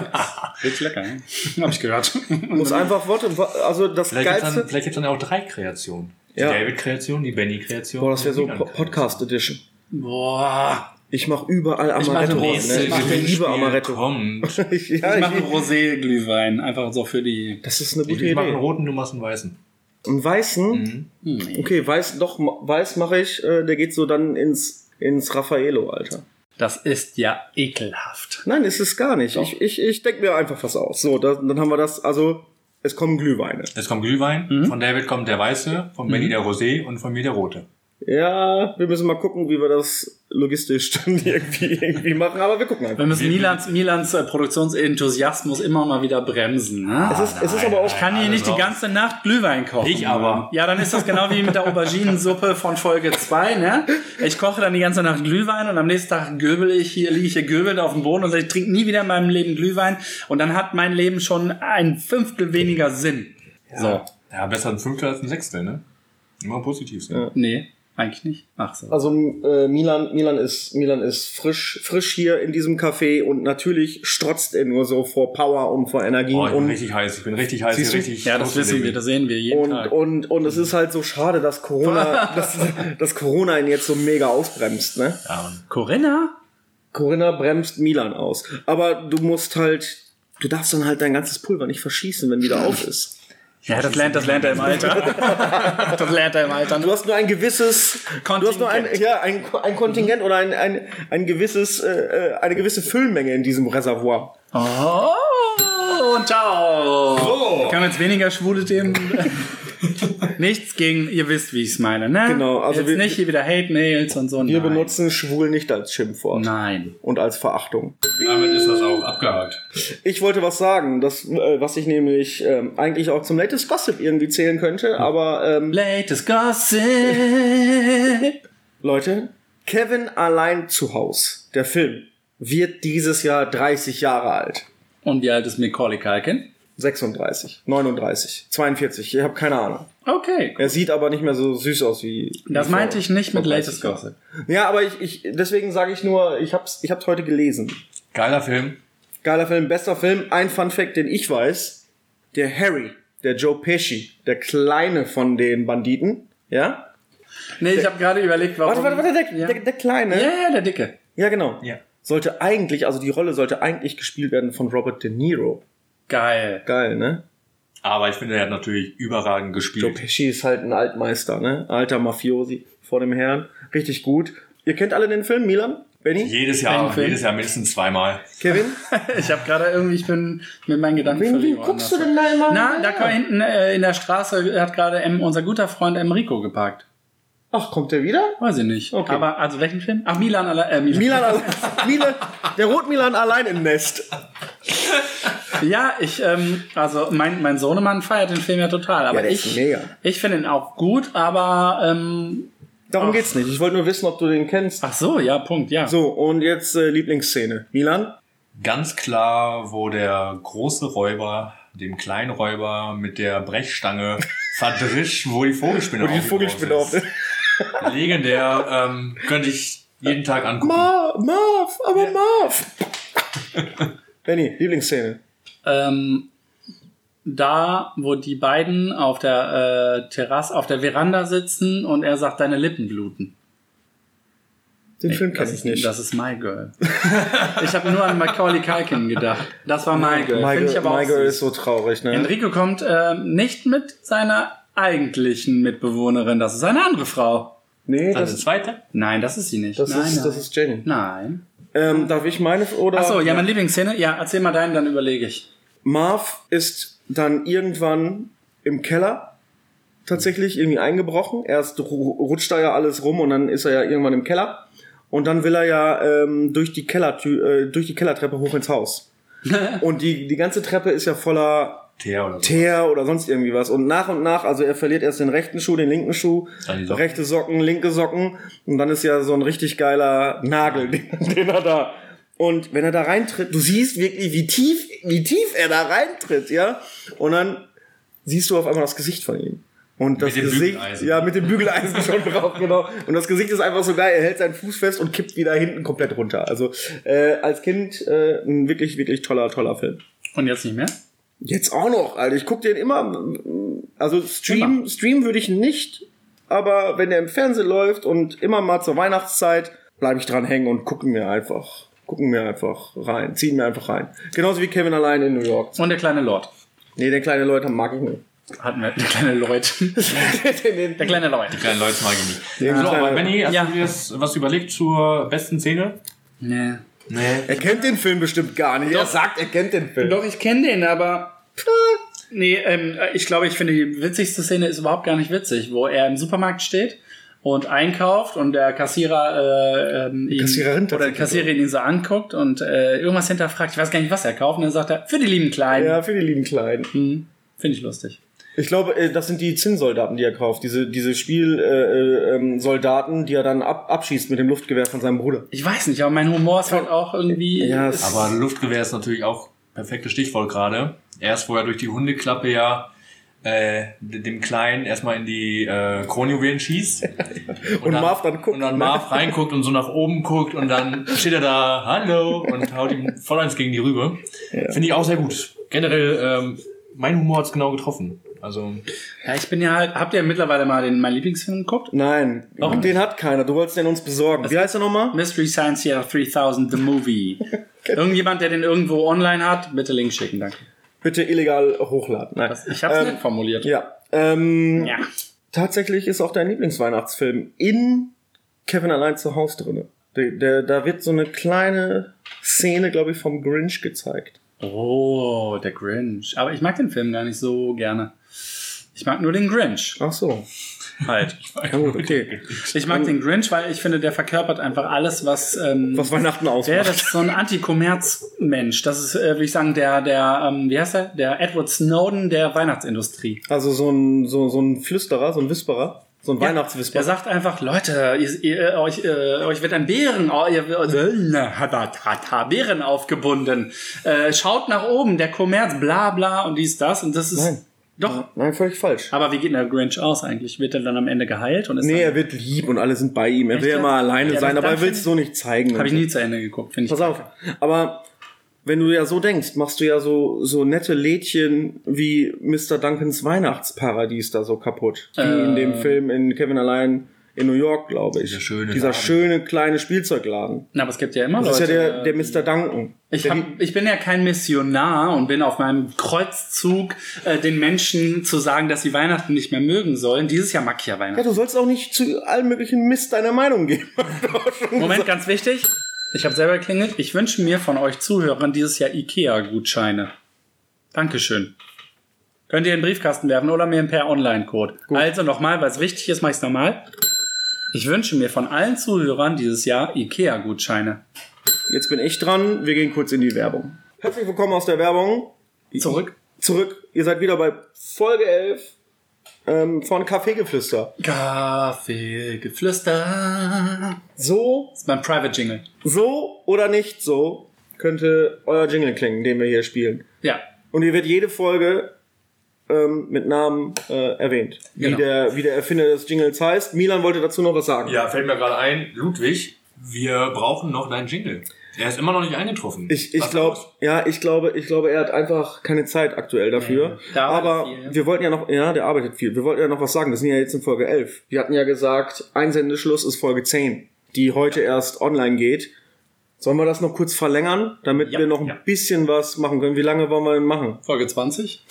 Richtig lecker, ne? Hab ich gehört.
Muss einfach Worte, also das
Vielleicht gibt es
geilste.
dann, vielleicht gibt's dann auch drei Kreationen. Die
Ja.
David-Kreation, die Benny-Kreation.
Boah, das wäre so
und die
Po-
Milan-Kreation.
Podcast Edition.
Boah.
Ich mache überall
mach
Amaretto.
den
rein,
Rosé,
ne? Ich,
mach den
liebe
Spiel
Amaretto.
Kommt.
Ich,
Ich
ja,
mache einen
ich,
Rosé-Glühwein. Einfach so für die.
das ist eine
Ich
gute
mache einen
Idee.
roten, du machst einen weißen.
Einen weißen, okay, weiß doch, ma- weiß mache ich. äh, Der geht so dann ins ins Raffaello, Alter.
Das ist ja ekelhaft.
Nein, ist es gar nicht. Ich, ich, ich denke mir einfach was aus. So, das, dann haben wir das. Also, es kommen Glühweine.
Es kommt Glühwein,
Mhm.
von David kommt der weiße, von Benny der Rosé und von mir der rote.
Ja, wir müssen mal gucken, wie wir das logistisch dann irgendwie, irgendwie machen. Aber wir gucken
Wir
einfach.
müssen Milans, Milans äh, Produktionsenthusiasmus immer mal wieder bremsen. Ne?
Es ist, es ist aber auch
Ich kann hier nicht die ganze Nacht Glühwein kochen.
Ich aber.
Ja, dann ist das genau wie mit der Auberginensuppe von Folge 2, ne? Ich koche dann die ganze Nacht Glühwein und am nächsten Tag göbel ich hier, liege ich hier göbelnd auf dem Boden und sage, ich trinke nie wieder in meinem Leben Glühwein und dann hat mein Leben schon ein Fünftel weniger Sinn. So.
Ja, besser ein Fünftel als ein Sechstel, ne? Immer positiv sein.
Nee, eigentlich nicht. Ach so.
Also äh, Milan, Milan ist Milan ist frisch, frisch hier in diesem Café und natürlich strotzt er nur so vor Power und vor Energie
Oh, ich bin
und
richtig heiß, ich bin richtig heiß,
Siehst
hier
du?
richtig.
ja, das wissen wir,
Das
das sehen wir jeden
und,
Tag.
und, und es ist halt so schade, dass Corona, dass, dass Corona ihn jetzt so mega ausbremst, ne?
ja,
Corinna?
Corinna bremst Milan aus. Aber du musst halt, du darfst dann halt dein ganzes Pulver nicht verschießen, wenn wieder auf ist.
Ja, das lernt, das lernt er im Alter. das lernt er im Alter.
Du hast nur ein gewisses, du hast nur ein,
Kontingent.
ja, ein, ein Kontingent oder ein, ein, ein gewisses, äh, äh, eine gewisse Füllmenge in diesem Reservoir.
Oh, und ciao.
So.
Kann jetzt weniger schwule Themen. Nichts gegen, ihr wisst, wie ich es meine, ne?
Genau, also
jetzt
wir-
nicht hier wieder Hate-Mails und so.
Wir
Nein.
benutzen schwul nicht als Schimpfwort
Nein.
und als Verachtung.
damit ist das auch abgehakt.
Ich wollte was sagen, das, äh, was ich nämlich ähm, eigentlich auch zum Latest Gossip irgendwie zählen könnte, aber ähm,
Latest Gossip.
Leute, Kevin allein zu Haus, der Film, wird dieses Jahr 30 Jahre alt.
Und wie alt ist Macaulay Culkin?
36, 39, 42, ich habe keine Ahnung.
Okay.
Er sieht aber nicht mehr so süß aus wie.
Das
wie vor-
meinte ich nicht mit
vor
Latest
30
Gossip.
Jahren. Ja, aber ich, ich deswegen sage ich nur, ich hab's, ich hab's heute gelesen.
Geiler Film.
Geiler Film, bester Film. Ein Fun Fact, den ich weiß. Der Harry, der Joe Pesci, der Kleine von den Banditen. Ja?
Nee, ich habe gerade überlegt, warum.
Warte, warte, warte, der,
ja.
der, der Kleine.
ja, ja, der Dicke.
Ja, genau.
Ja.
Sollte eigentlich, also die Rolle sollte eigentlich gespielt werden von Robert De Niro.
Geil.
Geil, ne?
Aber ich finde, er hat natürlich überragend
Joe
gespielt.
Pesci ist halt ein Altmeister, ne? Alter Mafiosi vor dem Herrn. Richtig gut. Ihr kennt alle den Film, Milan? Benny?
Jedes
Ein
Jahr,
Film.
jedes Jahr mindestens zweimal.
Kevin?
Ich habe gerade irgendwie, ich bin mit meinen Gedanken
Wen,
völlig
wen guckst du
woanders.
denn da immer?
Na, da kann hinten äh, in der Straße hat gerade M- unser guter Freund Enrico geparkt.
Ach, kommt der wieder?
Weiß ich nicht.
Okay.
Aber also welchen Film? Ach, Milan alle. Äh, Milan.
Milan, alle- Milan, der Rot Milan allein im Nest.
Ja, ich, ähm, also mein, mein Sohnemann feiert den Film ja total, aber
der ist
ich,
mega.
ich finde ihn auch gut, aber ähm,
Darum
Ach.
geht's nicht. Ich wollte nur wissen, ob du den kennst.
ach so, ja, Punkt, ja.
So, und jetzt äh, Lieblingsszene. Milan?
Ganz klar, wo der große Räuber dem kleinen Räuber mit der Brechstange verdrischt, wo die Vogelspinne
Wo Oh, die
aufgebaut
Vogelspinne auf.
ist. Legendär, ähm, könnte ich jeden Tag angucken.
Marv, Marv, aber Marv. Benny, Lieblingsszene.
Ähm, da, wo die beiden auf der äh, Terrasse, auf der Veranda sitzen und er sagt, deine Lippen bluten.
Den Film
das
kenne ich
ist,
nicht.
Das ist My Girl. ich habe nur an Macaulay Culkin gedacht. Das war My Girl.
My
Finde ich
Girl,
aber
My
auch
Girl
süß.
ist so traurig, ne?
Enrico kommt ähm, nicht mit seiner eigentlichen Mitbewohnerin. Das ist eine andere Frau.
nee,
Dann der
das,
zweite.
Nein, das ist sie nicht.
das,
nein,
ist,
nein.
das ist Jenny.
nein.
Ähm, darf ich meine oder?
Achso, ja, meine Lieblingsszene. Ja, erzähl mal deinen, dann überlege ich.
Marv ist dann irgendwann im Keller tatsächlich irgendwie eingebrochen. Erst ru- rutscht da ja alles rum und dann ist er ja irgendwann im Keller. Und dann will er ja ähm, durch, die Kellertür, äh, durch die Kellertreppe hoch ins Haus. und die, die ganze Treppe ist ja voller
Thea oder so.
Teer oder sonst irgendwie was. Und nach und nach, also er verliert erst den rechten Schuh, den linken Schuh,
Dann Ah, die Socken.
rechte Socken, linke Socken. Und dann ist ja so ein richtig geiler Nagel, den, den er da. Und wenn er da reintritt, du siehst wirklich, wie tief, wie tief er da reintritt, ja. Und dann siehst du auf einmal das Gesicht von ihm. Und das
dem
Gesicht,
Bügeleisen.
ja, mit dem Bügeleisen schon drauf, genau. Und das Gesicht ist einfach so geil. Er hält seinen Fuß fest und kippt wieder hinten komplett runter. Also äh, als Kind äh, ein wirklich, wirklich toller, toller Film.
Und jetzt nicht mehr?
Jetzt auch noch, Alter. Ich guck den immer. Also Stream, Stream würde ich nicht, aber wenn der im Fernsehen läuft und immer mal zur Weihnachtszeit, bleibe ich dran hängen und gucken mir einfach. Gucken mir einfach rein, ziehen mir einfach rein. Genauso wie Kevin allein in New York.
Und der kleine Lord.
Nee, den kleinen Leute mag ich nicht.
Hatten wir. Der kleine Lloyd.
den, den,
der kleine Lloyd.
Kleine Leute mag ich nicht.
den
So, aber
kleinen-
Benni, hast
Ja.
du dir jetzt was überlegt zur besten Szene?
Nee.
Nee.
er kennt den Film bestimmt gar nicht. Er
Doch.
sagt, er kennt den Film.
Doch, ich kenne den, aber.
Äh.
Nee, ähm, ich glaube, ich finde die witzigste Szene ist überhaupt gar nicht witzig, wo er im Supermarkt steht und einkauft und der Kassierer äh, ähm, ihn, oder
Kassiererin
die
tatsächlich
Kassiererin ihn so anguckt und äh, irgendwas hinterfragt. Ich weiß gar nicht, was er kauft. Und dann sagt er, für die lieben Kleinen. Hm,
Ja, für die lieben Kleinen.
Finde ich lustig.
Ich glaube, äh, das sind die Zinnsoldaten, die er kauft. Diese, diese Spielsoldaten, äh, ähm, Soldaten, die er dann ab, abschießt mit dem Luftgewehr von seinem Bruder.
Ich weiß nicht, aber mein Humor ist halt auch irgendwie.
Ja, es-
Aber Luftgewehr ist natürlich auch perfektes Stichwort gerade. Erst, wo er durch die Hundeklappe ja äh, d- dem Kleinen erstmal in die äh, Kronjuwelen schießt. Und,
Marv dann guckt,
Und dann
ne?
Marv reinguckt und so nach oben guckt und dann steht er da, hallo, und haut ihm voll eins gegen die Rübe. Finde ich auch sehr gut. Generell, ähm, mein Humor hat's genau getroffen. Also,
ja, ich bin ja halt. Habt ihr mittlerweile mal den mein Lieblingsfilm geguckt?
Nein,
Warum
den hat keiner. Du wolltest den uns besorgen. Wie heißt er nochmal?
Mystery Science Theater 3000 The Movie. Irgendjemand, der den irgendwo online hat, bitte Link schicken, danke.
Bitte illegal hochladen. Nein.
Das- Ich hab's
Ähm,
nicht formuliert.
Ja. Ähm,
Ja.
Tatsächlich ist auch dein Lieblingsweihnachtsfilm in Kevin allein zu Hause drin. Der, der, da wird so eine kleine Szene, glaube ich, vom Grinch gezeigt.
Oh, der Grinch. Aber ich mag den Film gar nicht so gerne. Ich mag nur den Grinch.
Ach so.
Halt.
Ja, gut, okay.
Ich mag den Grinch, weil ich finde, der verkörpert einfach alles, was. Ähm,
Also- Was Weihnachten
der,
ausmacht.
das ist so ein Anti-Kommerz-Mensch. Das ist, äh, würde ich sagen, der, der, ähm, wie heißt er? Der Edward Snowden der Weihnachtsindustrie.
Also so ein, so, so ein Flüsterer, so ein Whisperer, so ein
Der
Weihnachtswhisperer.
sagt einfach, Leute, ihr, ihr, euch, äh, euch wird ein Bären, au- ihr, äh, hat- hat- hat- hat Bären aufgebunden. Äh, schaut nach oben, der Kommerz, bla bla und dies, das. Und das ist.
Nein.
Doch,
Nein, völlig falsch.
Aber wie geht denn der Grinch aus eigentlich? Wird er dann am Ende geheilt? Und ist
Nee,
dann-
er wird lieb und alle sind bei ihm. Er will
Echt,
ja
ja?
mal alleine
Ja,
sein,
das-
aber er
dann
will es so nicht zeigen.
Habe ich nie zu Ende geguckt, finde ich.
Pass auf. Aber wenn du ja so denkst, machst du ja so, so nette Lädchen wie Mr. Duncans Weihnachtsparadies da so kaputt. Wie in dem
Äh.
Film in Kevin Allein in New York, glaube ich.
Dieser schöne
Dieser
Laden.
schöne kleine Spielzeugladen.
Na, aber es gibt ja immer
Das
Leute.
ist ja der, der
die-
Mr. Duncan.
ich,
Der-
hab, ich bin ja kein Missionar und bin auf meinem Kreuzzug, äh, den Menschen zu sagen, dass sie Weihnachten nicht mehr mögen sollen. Dieses Jahr mag ich ja
ja,
Weihnachten.
du sollst auch nicht zu allen möglichen Mist deine Meinung geben.
Moment, ganz wichtig. Ich habe selber geklingelt. Ich wünsche mir von euch Zuhörern dieses Jahr IKEA-Gutscheine. Dankeschön. Könnt ihr in den Briefkasten werfen oder mir per Online-Code. Also nochmal, weil es wichtig ist, mache ich es nochmal. Ich wünsche mir von allen Zuhörern dieses Jahr IKEA-Gutscheine.
Jetzt bin ich dran. Wir gehen kurz in die Werbung. Herzlich willkommen aus der Werbung.
Zurück.
Zurück. Ihr seid wieder bei Folge 11 ähm, von Kaffeegeflüster.
Kaffeegeflüster.
So,
Das ist mein Private Jingle.
so oder nicht so könnte euer Jingle klingen, den wir hier spielen.
Ja.
Und hier wird jede Folge ähm, mit Namen äh, erwähnt.
Genau.
Wie, der, wie der Erfinder des Jingles heißt. Milan wollte dazu noch was sagen.
Ja, fällt mir gerade ein, Ludwig, wir brauchen noch deinen Jingle. Er ist immer noch nicht eingetroffen.
Ich, ich
Was
glaube,
los?
ja, ich glaube, ich glaube, er hat einfach keine Zeit aktuell dafür.
Der arbeitet
Aber
viel, ja.
wir wollten ja noch, ja, der arbeitet viel. Wir wollten ja noch was sagen. Wir sind ja jetzt in Folge 11. Wir hatten ja gesagt, Einsendeschluss ist Folge 10, die heute erst online geht. Sollen wir das noch kurz verlängern, damit
Ja,
wir noch ein
ja.
bisschen was machen können? Wie lange wollen wir denn machen?
Folge 20.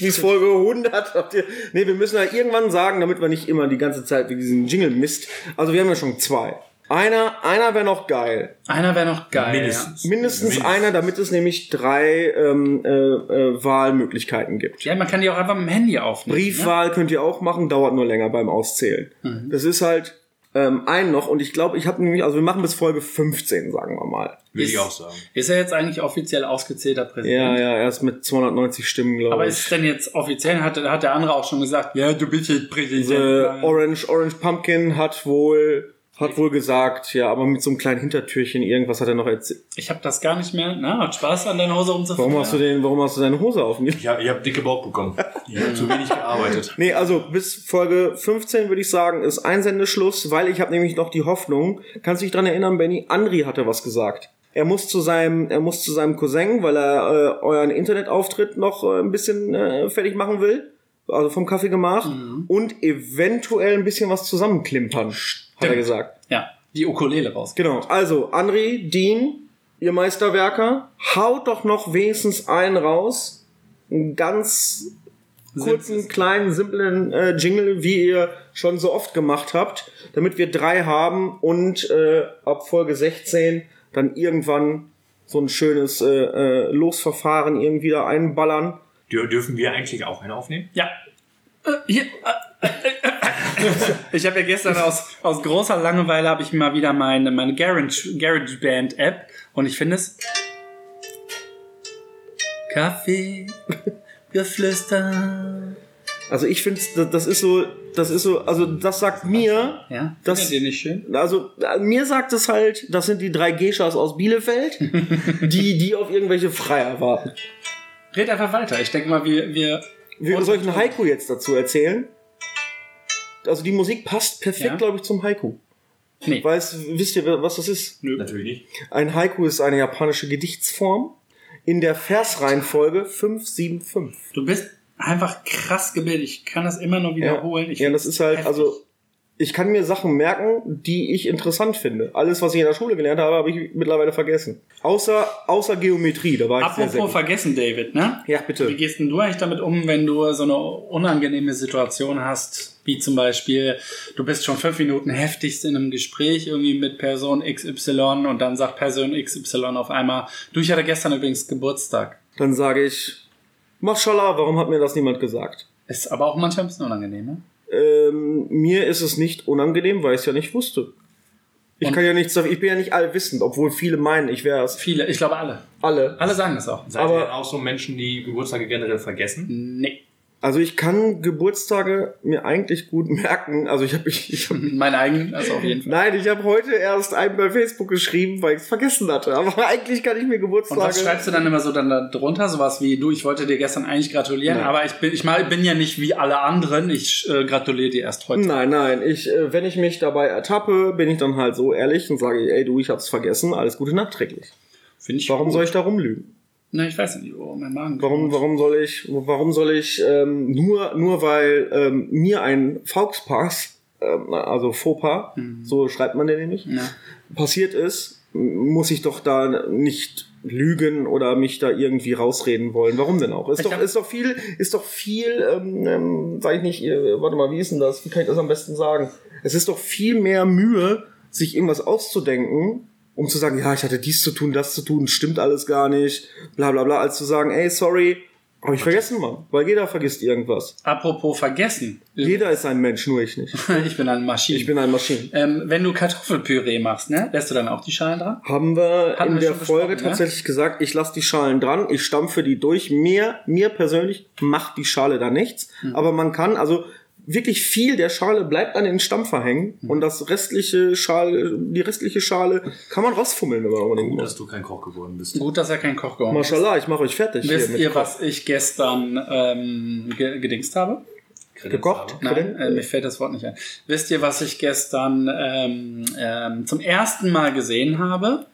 Die ist Folge 100. Habt ihr, nee, wir müssen ja irgendwann sagen, damit wir nicht immer die ganze Zeit wie diesen Jingle mist. Also wir haben ja schon zwei. Einer, einer wäre noch geil.
Einer wäre noch geil.
Mindestens.
Mindestens einer, damit es nämlich drei ähm, äh, äh, Wahlmöglichkeiten gibt.
Ja. ja, man kann die auch einfach mit dem Handy aufnehmen. Ne?
Briefwahl könnt ihr auch machen, dauert nur länger beim Auszählen.
Mhm.
Das ist halt ähm, ein noch und ich glaube, ich habe nämlich, also wir machen bis Folge 15, sagen wir mal.
Will ich
Ist-
auch sagen.
Ist er jetzt eigentlich offiziell ausgezählter
Ja,
Präsident?
ja, erst mit 290 Stimmen, glaube
Aber
ich.
ist es denn jetzt offiziell, hat, hat der andere auch schon gesagt, ja, du bist jetzt Präsident.
Äh, Orange, Orange Pumpkin hat wohl, hat wohl gesagt, ja, aber mit so einem kleinen Hintertürchen, irgendwas hat er noch erzählt.
ich habe das gar nicht mehr. Na, hat Spaß an deiner Hose rumzufahren.
Warum hast du den, warum hast du deine Hose auf mir?
Ich habe ich hab dicke Bauch bekommen. Ich habe zu wenig gearbeitet.
Nee, also bis Folge 15 würde ich sagen, ist Einsendeschluss, weil ich habe nämlich noch die Hoffnung, kannst du dich dran erinnern, Benny, Andri hatte was gesagt. Er muss zu seinem, er muss zu seinem Cousin, weil er äh, euren Internetauftritt noch äh, ein bisschen äh, fertig machen will, also vom Kaffee gemacht und eventuell ein bisschen was zusammenklimpern, hat er gesagt.
Ja, die Ukulele raus.
Genau, also Andri, Dean, ihr Meisterwerker, haut doch noch wenigstens einen raus. Einen ganz kurzen, kleinen, simplen äh, Jingle, wie ihr schon so oft gemacht habt, damit wir drei haben und äh, ab Folge 16 dann irgendwann so ein schönes äh, äh, Losverfahren irgendwie da einballern.
Dür dürfen wir eigentlich auch einen aufnehmen?
Ja. Äh, Hier. äh, äh, äh. Ich habe ja gestern aus, aus großer Langeweile habe ich mal wieder meine, meine Garage, GarageBand App und ich finde es Kaffee geflüster.
Also ich finde, das ist so, das ist so, also das sagt mir,
Ja,
Das-
findet ihr nicht schön?
Also, äh, mir sagt es halt, das sind die drei Geschas aus Bielefeld, die, die auf irgendwelche Freier warten.
Red einfach weiter. Ich denke mal, wir, wir
Wir soll ich ein Haiku jetzt dazu erzählen? Also, die Musik passt perfekt,
Ja.
glaube ich, zum Haiku.
nee.
Weiß, wisst ihr, was das ist?
Natürlich nicht.
Ein Haiku ist eine japanische Gedichtsform in der Versreihenfolge 575.
Du bist einfach krass gebildet. Ich kann das immer nur wiederholen. Ich
ja,
find's
das ist halt,
heftig.
also ich kann mir Sachen merken, die ich interessant finde. Alles, was ich in der Schule gelernt habe, habe ich mittlerweile vergessen. Außer, außer Geometrie, da war ich sehr,
Apropos
sehr gut.
vergessen, David, ne?
Ja,
Wie
bitte.
gehst denn du eigentlich damit um, wenn du so eine unangenehme Situation hast, wie zum Beispiel, du bist schon fünf Minuten heftigst in einem Gespräch irgendwie mit Person XY und dann sagt Person XY auf einmal, du, ich hatte gestern übrigens Geburtstag.
Dann sage ich, Maschallah, warum hat mir das niemand gesagt?
Ist aber auch manchmal ein bisschen unangenehm, ne?
Ähm, mir ist es nicht unangenehm, weil ich es ja nicht wusste. Ich
Und-
kann ja nichts dafür, ich bin ja nicht allwissend, obwohl viele meinen, ich wäre es.
Viele, ich glaube alle.
Alle.
Alle sagen das auch.
Seid
Aber-
ihr denn auch so Menschen, die Geburtstage generell vergessen?
Nee,
Also ich kann Geburtstage mir eigentlich gut merken. Also ich habe ich, ich hab
mein eigenen, also auf jeden Fall.
Nein, ich habe heute erst einen bei Facebook geschrieben, weil ich es vergessen hatte. Aber eigentlich kann ich mir
Und
Geburtstage.
was schreibst du dann immer so dann da drunter? Sowas wie, du, ich wollte dir gestern eigentlich gratulieren,
Nein.
aber ich bin, ich mal, bin ja nicht wie alle anderen. Ich äh, gratuliere dir erst heute.
Nein, nein. Ich, äh, wenn ich mich dabei ertappe, bin ich dann halt so ehrlich und sage, ey du, ich hab's vergessen. Alles Gute nachträglich.
Finde ich
Warum
gut.
soll ich da rumlügen?
Na, ich weiß nicht. Oh, mein Magen.
Warum, warum soll ich, warum soll ich ähm, nur, nur weil ähm, mir ein Fauxpas, ähm, also Fauxpas,
Mhm.
so schreibt man den nämlich,
Hm. Ja.
passiert ist, m- muss ich doch da nicht lügen oder mich da irgendwie rausreden wollen. Warum denn auch? Ist
Ich
doch,
hab-
ist doch viel, ist doch viel, ähm, ähm, sag ich nicht, äh, warte mal, wie ist denn das? Wie kann ich das am besten sagen? Es ist doch viel mehr Mühe, sich irgendwas auszudenken, um zu sagen, ja, ich hatte dies zu tun, das zu tun, stimmt alles gar nicht, bla bla bla, als zu sagen, ey, sorry, Hab ich vergessen, Mann. Weil jeder vergisst irgendwas.
Apropos vergessen.
Jeder ist ein Mensch, nur ich nicht.
Ich bin eine Maschine.
Ich bin ein Maschinen.
ähm, wenn du Kartoffelpüree machst, ne, lässt du dann auch die Schalen dran?
Haben wir
Hatten
in
wir
der
schon
Folge
besprochen, ne?
tatsächlich gesagt, ich lasse die Schalen dran, ich stampfe die durch. Mir, mir persönlich macht die Schale da nichts.
Hm.
Aber man kann, also wirklich viel der Schale bleibt an den Stampfer hängen
Hm.
und das restliche Schale, die restliche Schale kann man rausfummeln, wenn man unbedingt
Gut,
muss.
dass du kein Koch geworden bist.
Gut, dass er kein Koch geworden ist.
Maschallah, ich mache euch fertig. hier
Wisst
mit
ihr,
Koch.
was ich gestern ähm, ge gedingst habe?
Gekocht?
Nein, äh, mir fällt das Wort nicht ein. Wisst ihr, was ich gestern ähm, ähm, zum ersten Mal gesehen habe?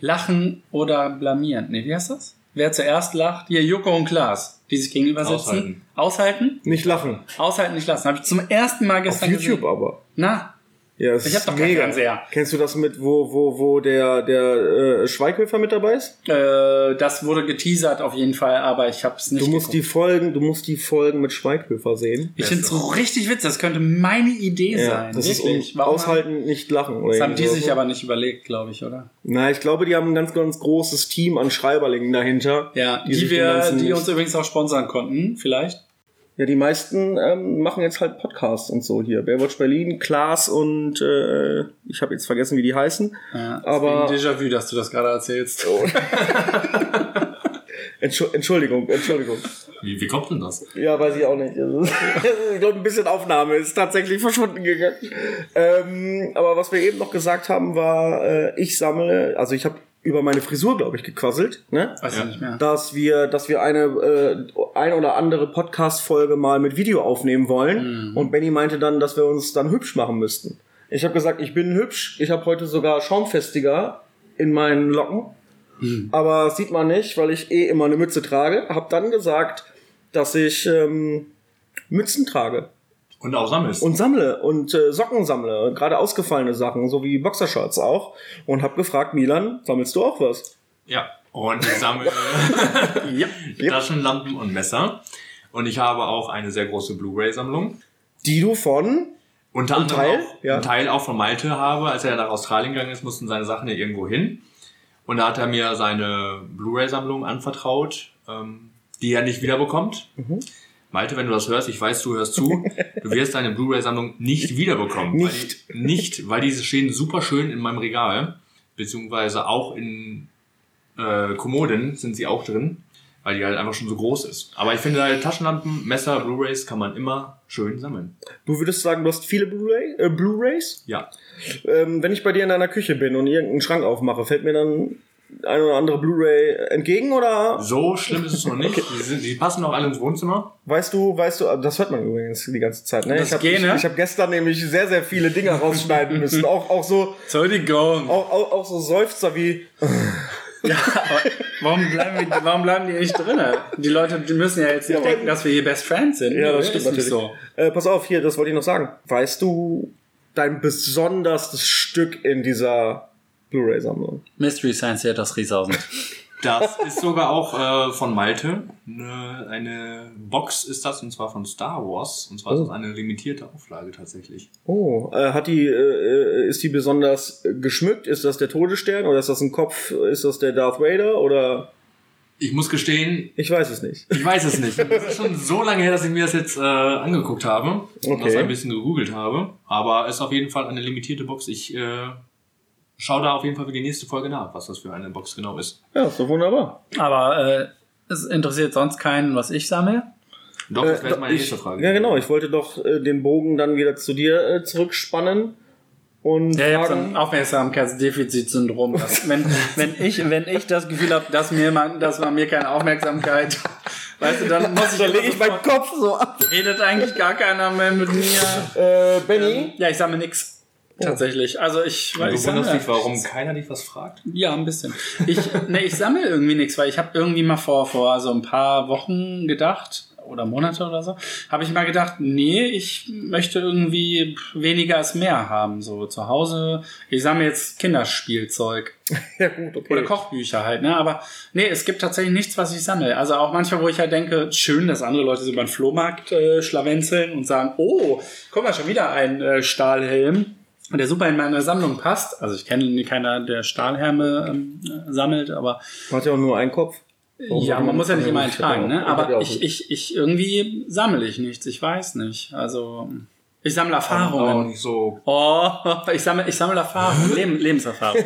Lachen oder blamieren. Nee, wie heißt das? Wer zuerst lacht? Hier, Joko und Klaas, die sich gegenüber sitzen.
Aushalten.
Aushalten?
Nicht lachen.
Aushalten nicht lassen. Habe ich zum ersten Mal
Auf
gestern
YouTube
gesehen.
aber.
Na,
Ja, das
Ich hab
ist
doch keinen Fernseher.
Kennst du das mit, wo, wo, wo der, der äh, Schweighöfer mit dabei ist?
äh, das wurde geteasert auf jeden Fall, aber ich habe es nicht
Du musst die
geguckt.
Folgen, du musst die Folgen mit Schweighöfer sehen.
Ich finde es richtig witzig. Das könnte meine Idee sein.
das
Wirklich.
ist un-
Warum
aushalten, nicht lachen. Oder
Das haben die
irgendwie
sich
so.
aber nicht überlegt, glaube ich, oder?
Na, ich glaube, die haben ein ganz, ganz großes Team an Schreiberlingen dahinter.
Ja, die,
sich den
wir,
ganzen
die
nicht-
uns übrigens auch sponsern konnten, vielleicht.
Ja, die meisten ähm, machen jetzt halt Podcasts und so hier. Baywatch Berlin, Klaas und äh, ich habe jetzt vergessen, wie die heißen.
Ja,
Aber-
deswegen Déjà-vu, dass du das gerade erzählst.
Entschu Entschuldigung, Entschuldigung.
Wie, wie kommt denn das?
Ja, weiß ich auch nicht. Also, ich glaube, ein bisschen Aufnahme ist tatsächlich verschwunden gegangen. Ähm, aber was wir eben noch gesagt haben, war, äh, ich sammle, also ich habe über meine Frisur, glaube ich, gequasselt, ne?
Weiß ich nicht mehr.
Dass wir, dass wir eine äh, ein oder andere Podcast-Folge mal mit Video aufnehmen wollen. Und Benny meinte dann, dass wir uns dann hübsch machen müssten. Ich habe gesagt, ich bin hübsch. Ich habe heute sogar Schaumfestiger in meinen Locken aber das sieht man nicht, weil ich eh immer eine Mütze trage. Hab dann gesagt, dass ich ähm, Mützen trage
Und auch sammelst.
und sammle und äh, Socken sammle, gerade ausgefallene Sachen, so wie Boxershorts auch. Und hab gefragt, Milan, sammelst du auch was?
Ja. Und ich sammle
Ja.
Taschenlampen und Messer. Und ich habe auch eine sehr große Blu-ray-Sammlung.
Die du von?
Unter anderem
Teil?
auch
Ja.
einen Teil auch von Malte habe. Als er nach Australien gegangen ist, mussten seine Sachen ja irgendwo hin. Und da hat er mir seine Blu-ray-Sammlung anvertraut, ähm, die er nicht wiederbekommt.
Mhm.
Malte, wenn du das hörst, ich weiß, du hörst zu, du wirst deine Blu-ray-Sammlung nicht wiederbekommen.
Nicht.
Weil, die- nicht, weil diese stehen super schön in meinem Regal, beziehungsweise auch in äh, Kommoden sind sie auch drin, weil die halt einfach schon so groß ist. Aber ich finde halt Taschenlampen, Messer, Blu-rays kann man immer schön sammeln.
Du würdest sagen, du hast viele Blu-ray, äh, Blu-rays?
Ja,
Ähm, wenn ich bei dir in deiner Küche bin und irgendeinen Schrank aufmache, fällt mir dann eine oder andere Blu-ray entgegen oder
So schlimm ist es noch nicht. Die, sind, die passen auch alle ins Wohnzimmer.
Weißt du, weißt du, das hört man übrigens die ganze Zeit. Ne?
Das
ich habe ich,
Gene?
ich hab gestern nämlich sehr, sehr viele Dinge rausschneiden müssen. Auch, auch, so,
Entschuldigung.
auch, auch, auch so Seufzer wie,
Warum bleiben, wir, warum bleiben die nicht drin? Die Leute die müssen ja jetzt nicht denken, dass wir hier Best Friends sind.
ja,
Nee,
das stimmt
ist
natürlich.
nicht so.
Äh, pass auf, hier, das wollte ich noch sagen. Weißt du dein besonderstes Stück in dieser Blu-ray-Sammlung?
Mystery Science Theater 3000.
Das ist sogar auch äh, von Malte. Eine, eine Box ist das, und zwar von Star Wars. Und zwar ist das eine limitierte Auflage tatsächlich.
Oh, äh, hat die, äh, äh, ist die besonders äh, geschmückt? Ist das der Todesstern oder ist das ein Kopf? Ist das der Darth Vader oder
Ich muss gestehen,
ich weiß es nicht.
ich weiß es nicht. Es ist schon so lange her, dass ich mir das jetzt äh, angeguckt habe und
Okay.
das ein bisschen gegoogelt habe. Aber ist auf jeden Fall eine limitierte Box. Ich äh, schaue da auf jeden Fall für die nächste Folge nach, was das für eine Box genau ist.
Ja, ist doch wunderbar.
Aber äh, es interessiert sonst keinen, was ich sammle.
Doch, das wäre jetzt meine
Äh, ich,
nächste Frage.
Ja, genau. Ich wollte doch äh, den Bogen dann wieder zu dir äh, zurückspannen und
Ja, ich habe so
fragen.
ein Aufmerksamkeitsdefizitsyndrom. dass Wenn, wenn, ich, wenn ich das Gefühl habe, dass, mir man- dass man mir keine Aufmerksamkeit... Weißt du, dann muss ich...
Da lege ich meinen Kopf so ab.
Redet eigentlich gar keiner mehr mit mir.
Äh, Benny,
Ja, ich sammle nix. Tatsächlich. Also ich,
Oh. Du
ich
wunderst
sammle-
dich, warum keiner dich was fragt?
Ja, ein bisschen. Ich, nee, ich sammle irgendwie nichts, weil ich habe irgendwie mal vor, vor so ein paar Wochen gedacht, oder Monate oder so, habe ich mal gedacht, nee, ich möchte irgendwie weniger als mehr haben. So zu Hause, ich sammle jetzt Kinderspielzeug.
ja gut, okay.
Oder Kochbücher halt, ne? Aber nee, es gibt tatsächlich nichts, was ich sammle. Also auch manchmal, wo ich halt denke, schön, dass andere Leute so über den Flohmarkt äh, schlawenzeln und sagen, oh, guck mal, schon wieder ein äh, Stahlhelm, der super in meine Sammlung passt. Also ich kenne keiner, der Stahlhelme ähm, äh, sammelt, aber
Hat ja auch nur einen Kopf. Warum
ja,
hat
man muss ja nicht immer
Ich hab
eintragen,
auch-
ne?
hab ja
Aber
auch
ich,
nicht.
ich, ich irgendwie sammle ich nichts, ich weiß nicht. Also ich sammle
Auch
Erfahrungen.
nicht so.
Oh, ich sammle, ich sammle Erfahrungen, Leben, Lebenserfahrung.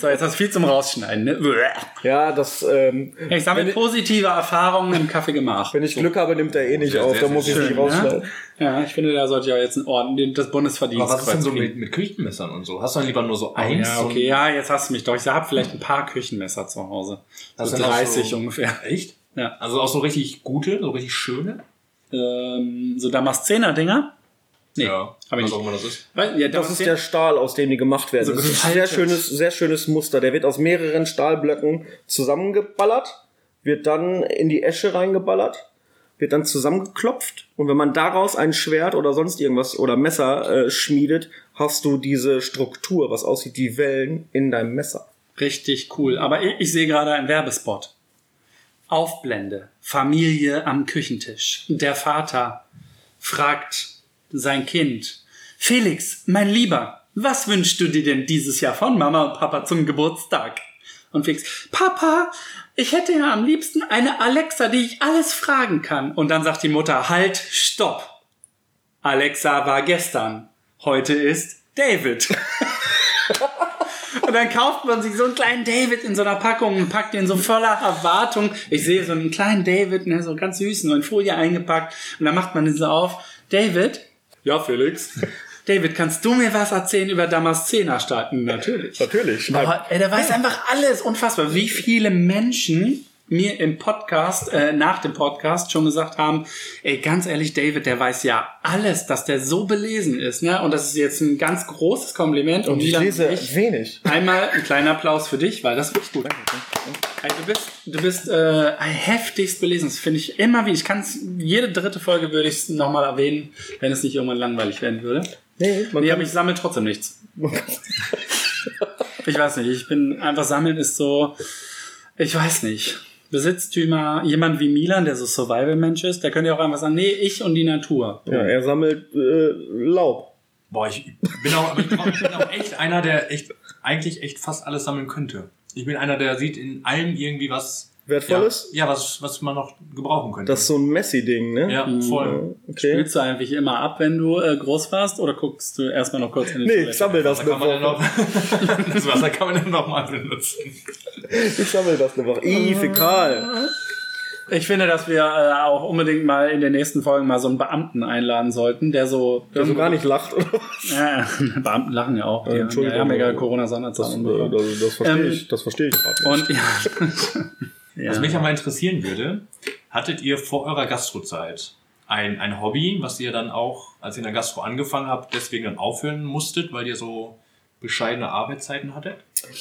So, jetzt hast du viel zum Rausschneiden, ne?
Ja, das, ähm,
Ich sammle positive Erfahrungen im Kaffee gemacht.
wenn ich Glück habe, nimmt er eh nicht
Sehr,
auf,
sehr,
da
sehr
muss ich
schön,
nicht
ne?
rausschneiden.
Ja, ich finde, da sollte ich auch jetzt einen Orden, den- das Bundesverdienst.
Aber was ist denn so mit, mit Küchenmessern und so? Hast du dann lieber nur so eins?
Ah, Ja, okay, ja, jetzt hast du mich doch. Ich habe vielleicht ein paar Küchenmesser zu Hause.
Hast
So
du noch
30
so-
ungefähr.
und- Echt?
Ja.
Also auch so richtig gute, so richtig schöne?
Ähm, so Damaszener-Dinger? Nee,
ja. Also-
hab ich
was
nicht.
auch immer das ist.
Weil- Ja,
Das ist
Damaszen-
der Stahl, aus dem die gemacht werden.
So
das ist ein sehr
gefaltet.
schönes, sehr schönes Muster. Der wird aus mehreren Stahlblöcken zusammengeballert, wird dann in die Esche reingeballert, wird dann zusammengeklopft und wenn man daraus ein Schwert oder sonst irgendwas oder Messer äh, schmiedet, hast du diese Struktur, was aussieht wie Wellen in deinem Messer.
Richtig cool. Aber ich, ich sehe gerade einen Werbespot. Aufblende. Familie am Küchentisch. Der Vater fragt sein Kind. Felix, mein Lieber, was wünschst du dir denn dieses Jahr von Mama und Papa zum Geburtstag? Und Felix, Papa, ich hätte ja am liebsten eine Alexa, die ich alles fragen kann. Und dann sagt die Mutter, halt, stopp. Alexa war gestern. Heute ist David. Und dann kauft man sich so einen kleinen David in so einer Packung und packt den so voller Erwartung. Ich sehe so einen kleinen David, ne, so ganz süßen, so in Folie eingepackt. Und dann macht man den so auf. David? Ja, Felix. David, kannst du mir was erzählen über Damaszenerstadt? Natürlich.
Natürlich.
Aber, ey, der weiß einfach alles. Unfassbar. Wie viele Menschen mir im Podcast, äh, nach dem Podcast schon gesagt haben, ey, ganz ehrlich, David, der weiß ja alles, dass der so belesen ist, ne? Und das ist jetzt ein ganz großes Kompliment.
Und ich
Milan
lese
ich-
wenig.
Einmal ein kleiner Applaus für dich, weil das wirklich gut. Ey, du bist, du bist äh, heftigst belesen. Das finde ich immer wie. Ich kann es, jede dritte Folge würde ich es nochmal erwähnen, wenn es nicht irgendwann langweilig werden würde.
Nee, man
Nee,
kann
aber ich sammle trotzdem nichts. ich weiß nicht. Ich bin einfach sammeln ist so. Ich weiß nicht. Besitztümer, jemand wie Milan, der so Survival-Mensch ist, der könnte ja auch einfach sagen, nee, ich und die Natur.
ja, er sammelt äh, Laub.
Boah, ich bin auch, aber ich glaub, ich bin auch echt einer, der echt, eigentlich echt fast alles sammeln könnte. Ich bin einer, der sieht in allem irgendwie was
Wertvolles?
Ja, ja was, was man noch gebrauchen könnte.
Das ist so ein Messi-Ding, ne?
ja, voll.
Okay.
Spielst du eigentlich immer ab, wenn du äh, groß warst, oder guckst du erstmal noch kurz in den
Nee, ich sammel das
Da
eine
kann man ja
Woche.
noch, das Wasser kann man ja noch mal benutzen.
Ich sammel das eine Woche. Ih, Fäkal.
Ich finde, dass wir äh, auch unbedingt mal in den nächsten Folgen mal so einen Beamten einladen sollten, der so.
Der so gar nicht lacht. oder?
Ja, Beamten lachen ja auch. Die
Äh,
haben ja
Entschuldigung.
mega Corona-Sonderzahlen bekommen.
das, das verstehe
Ähm,
ich. Das verstehe ich gerade.
Und ja. ja.
Was mich ja mal interessieren würde, hattet ihr vor eurer Gastrozeit ein, ein Hobby, was ihr dann auch, als ihr in der Gastro angefangen habt, deswegen dann aufhören musstet, weil ihr so bescheidene Arbeitszeiten hattet?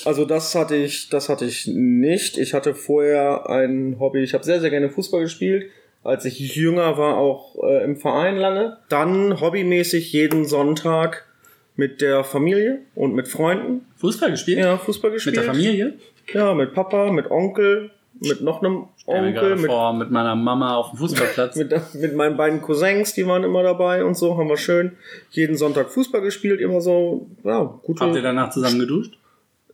Also das hatte ich, das hatte ich nicht. Ich hatte vorher ein Hobby. Ich habe sehr, sehr gerne Fußball gespielt. Als ich jünger war, auch äh, im Verein lange. Dann hobbymäßig jeden Sonntag mit der Familie und mit Freunden.
Fußball gespielt?
Ja, Fußball
Mit
gespielt.
der Familie?
Ja, mit Papa, mit Onkel, mit noch einem
Ich mir
Onkel,
gerade
mit
vor, mit meiner Mama auf dem Fußballplatz.
mit, mit meinen beiden Cousins, die waren immer dabei und so, haben wir schön jeden Sonntag Fußball gespielt, immer so, ja, gute.
Habt ihr danach zusammen geduscht?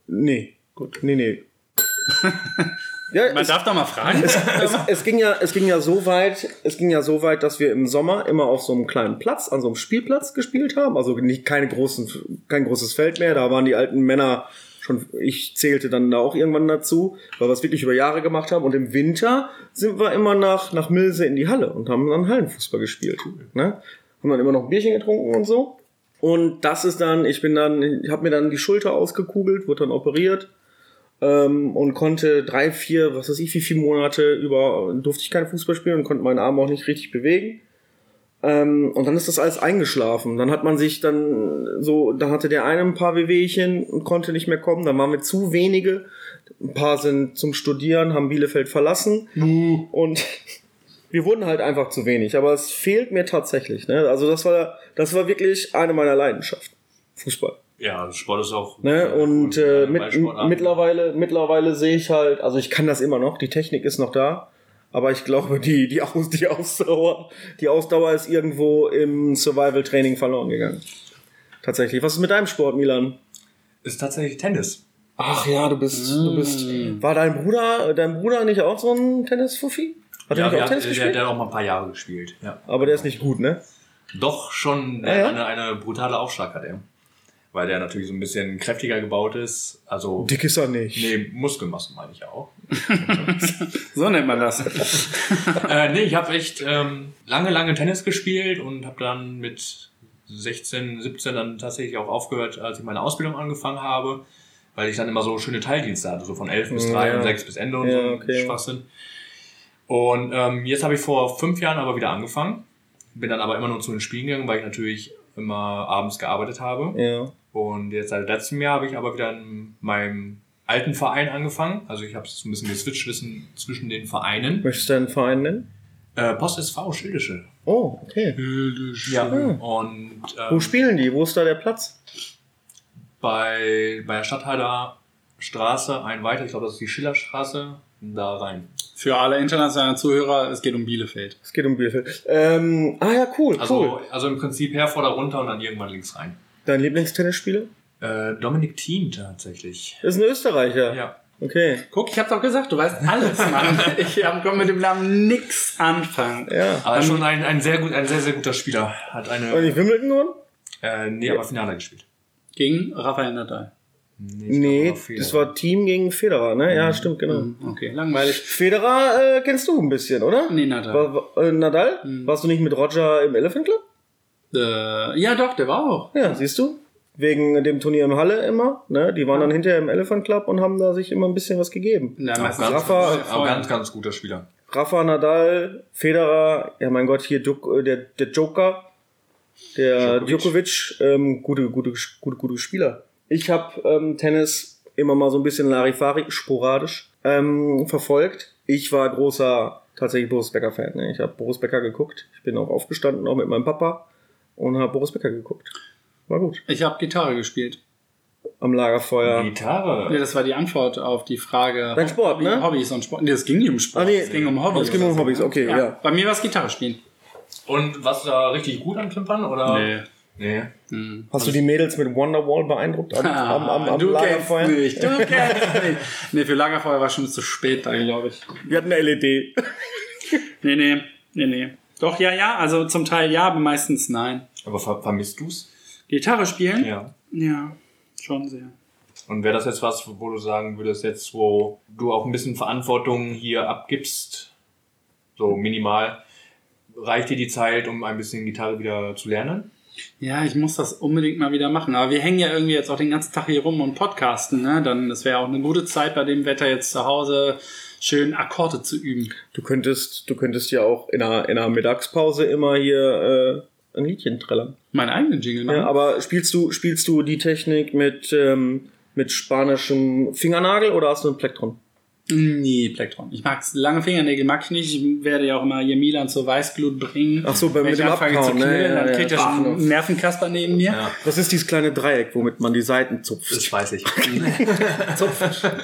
nee,
Gut.
nee, nee. ja,
Man
es,
darf doch mal fragen.
es, es, ging ja, es ging ja so weit, es ging ja so weit, dass wir im Sommer immer auf so einem kleinen Platz, an so einem Spielplatz gespielt haben, also nicht keine großen, kein großes Feld mehr, da waren die alten Männer schon, ich zählte dann da auch irgendwann dazu, weil wir es wirklich über Jahre gemacht haben und im Winter sind wir immer nach, nach Milse in die Halle und haben dann Hallenfußball gespielt, ne? Haben dann immer noch ein Bierchen getrunken und so. Und das ist dann, ich bin dann, ich habe mir dann die Schulter ausgekugelt, wurde dann operiert ähm, und konnte drei, vier, was weiß ich, wie viele Monate über durfte ich keinen Fußball spielen und konnte meinen Arm auch nicht richtig bewegen. Ähm, und dann ist das alles eingeschlafen. Dann hat man sich dann so, dann hatte der eine ein paar Wehwehchen und konnte nicht mehr kommen. Dann waren wir zu wenige. Ein paar sind zum Studieren, haben Bielefeld verlassen. Und wir wurden halt einfach zu wenig. Aber es fehlt mir tatsächlich. Ne? Also das war, das war wirklich eine meiner Leidenschaften. Fußball.
Ja, Sport ist auch.
Ne? Und äh,
bei
mit,
Sportarten.
mittlerweile, mittlerweile sehe ich halt, also ich kann das immer noch, die Technik ist noch da, aber ich glaube, die, die, Aus, die, Ausdauer, die Ausdauer ist irgendwo im Survival-Training verloren gegangen. Tatsächlich. Was ist mit deinem Sport, Milan?
ist tatsächlich Tennis.
Ach ja, du bist, du bist. Mm. äh, War dein Bruder, dein Bruder nicht auch so ein Tennis-Fuffi? Hat
ja,
er nicht
der,
auch
hat,
Tennis
der,
gespielt?
der hat auch mal ein paar Jahre gespielt. Ja.
Aber der ist nicht gut, ne?
Doch schon
Ja, ja.
Eine, eine brutale Aufschlag hat er. Weil der natürlich so ein bisschen kräftiger gebaut ist. Also,
Dick ist er nicht.
nee, Muskelmassen meine ich auch.
So nennt man das.
äh, nee, ich habe echt ähm, lange, lange Tennis gespielt und habe dann mit 16, 17 dann tatsächlich auch aufgehört, als ich meine Ausbildung angefangen habe, weil ich dann immer so schöne Teildienste hatte, so von 11 bis
Ja.
3 und 6 bis Ende und
Ja,
so ein
okay.
Schwachsinn. Und ähm, jetzt habe ich vor fünf Jahren aber wieder angefangen, bin dann aber immer nur zu den Spielen gegangen, weil ich natürlich immer abends gearbeitet habe.
Ja.
Und jetzt seit letztem Jahr habe ich aber wieder in meinem alten Verein angefangen. Also ich habe es so ein bisschen geswitcht zwischen- zwischen den Vereinen.
Möchtest du deinen Verein nennen?
Äh, Post SV, Schildische.
Oh, okay.
Ja. Und
Hm. Wo
ähm,
spielen die? Wo ist da der Platz?
bei, bei der Stadthaler Straße ein weiter, ich glaube, das ist die Schillerstraße, da rein.
Für alle internationalen Zuhörer, es geht um Bielefeld.
Es geht um Bielefeld. Ähm, ah ja, cool,
Also,
cool.
also im Prinzip hervor, da runter und dann irgendwann links rein.
Dein Lieblingstennisspieler?
Äh, Dominik Thiem tatsächlich.
Ist ein Österreicher.
Ja.
Okay.
Guck, ich hab's doch gesagt, du weißt alles, Mann. Ich hab- komm mit dem Namen nix anfangen.
Ja.
Aber schon ein, ein, sehr gut, ein sehr, sehr guter Spieler. Hat
Und
eine.
die Wimbledon gewonnen?
Äh, nee, aber Finale gespielt.
Gegen Rafael Nadal.
ich
Nee,
glaube, Federer.
das war Team gegen Federer, ne? Ja, stimmt, genau.
Okay, langweilig.
Federer äh, kennst du ein bisschen, oder?
Nee, Nadal.
War, war, äh, Nadal? Warst du nicht mit Roger im Elephant Club?
Äh, ja, doch, der war auch.
Ja, siehst du? Wegen dem Turnier in Halle immer, ne? Die waren dann hinterher im Elephant Club und haben da sich immer ein bisschen was gegeben.
Na,
Auch
meistens-
ganz,
Rafa-
aber ganz, ganz guter Spieler.
Rafa Nadal, Federer, ja mein Gott, hier Djok- äh, der, der Joker, der Djokovic, ähm, gute, gute, gute, gute Spieler. Ich habe ähm, Tennis immer mal so ein bisschen Larifari, sporadisch ähm, verfolgt. Ich war großer, tatsächlich Boris Becker-Fan. Ne? Ich habe Boris Becker geguckt. Ich bin auch aufgestanden, auch mit meinem Papa und habe Boris Becker geguckt. War gut.
Ich habe Gitarre gespielt.
Am
Ja,
Lagerfeuer.
Gitarre.
das war die Antwort auf die Frage.
Dein Sport,
Hobby,
ne?
Hobbys und Sport. Nee, das ging nicht um Sport.
Ah, nee.
Es ging um Hobbys.
Es ging um Hobbys, okay, ja.
Bei mir war es Gitarre spielen.
Und was da richtig gut am Klimpern? Oder? Nee.
Hast du die Mädels mit Wonderwall beeindruckt am,
Ah,
am, am, am
du kennst
Lagerfeuer?
nicht, du kennst nicht. Nee, für Lagerfeuer war schon zu spät da, glaube ich.
Wir hatten E eine LED.
Nee, nee, nee, nee. Doch, ja, ja, also zum Teil ja, aber meistens nein.
Aber ver vermisst du's?
Gitarre spielen?
Ja.
Ja, schon sehr.
Und wäre das jetzt was, wo du sagen würdest, jetzt wo du auch ein bisschen Verantwortung hier abgibst, so minimal, reicht dir die Zeit, um ein bisschen Gitarre wieder zu lernen?
Ja, ich muss das unbedingt mal wieder machen. Aber wir hängen ja irgendwie jetzt auch den ganzen Tag hier rum und podcasten, ne? Dann, das wäre auch eine gute Zeit bei dem Wetter jetzt zu Hause schön Akkorde zu üben.
Du könntest, du könntest ja auch in einer, in einer Mittagspause immer hier äh, ein Liedchen trällern.
Meinen eigenen Jingle machen.
Ja, aber spielst du, spielst du die Technik mit, ähm, mit spanischem Fingernagel oder hast du einen Plektron?
Nee, Plektron. Ich mag's. Lange Fingernägel mag ich nicht. Ich werde ja auch immer hier Milan zur Weißglut bringen.
Ach so, bei-
Wenn
mit
ich
dem
anfange
Abhauen,
zu
ne?
knüllen,
Ja,
dann
ja.
kriegt er schon einen Nervenkasper neben mir.
Ja.
Das ist dieses kleine Dreieck, womit man die Seiten zupft.
weiß ich.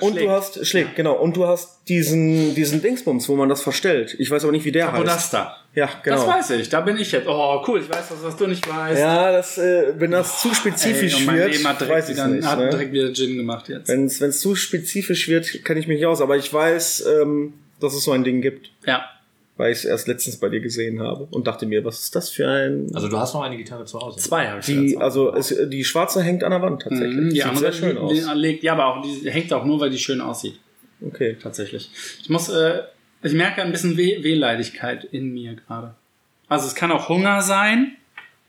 Und du hast, schlägt, genau. Und du hast diesen, diesen Dingsbums, wo man das verstellt. Ich weiß aber nicht, wie der heißt.
da.
Ja, genau.
Das weiß ich. Da bin ich jetzt. Oh, cool. Ich weiß was, was du nicht weißt.
ja, das, äh, wenn das zu
Ey,
spezifisch
und mein
wird,
Leben hat direkt,
weiß ich
wieder,
nicht.
hat
ne?
direkt wieder Gin gemacht jetzt.
Wenn es zu spezifisch wird, kenne ich mich nicht aus. Aber ich weiß, ähm, dass es so ein Ding gibt,
Ja.
weil ich es erst letztens bei dir gesehen habe und dachte mir, was ist das für ein...
Also du hast noch eine Gitarre zu Hause.
Zwei habe ich
Die,
jetzt.
also es, die schwarze hängt an der Wand tatsächlich.
Mhm, die
Sieht
andere
sehr schön
die-
aus.
die Legt, ja, aber auch die hängt auch nur, weil die schön aussieht.
Okay.
Tatsächlich. Ich muss, äh, ich merke ein bisschen Weh Wehleidigkeit in mir gerade. Also es kann auch Hunger sein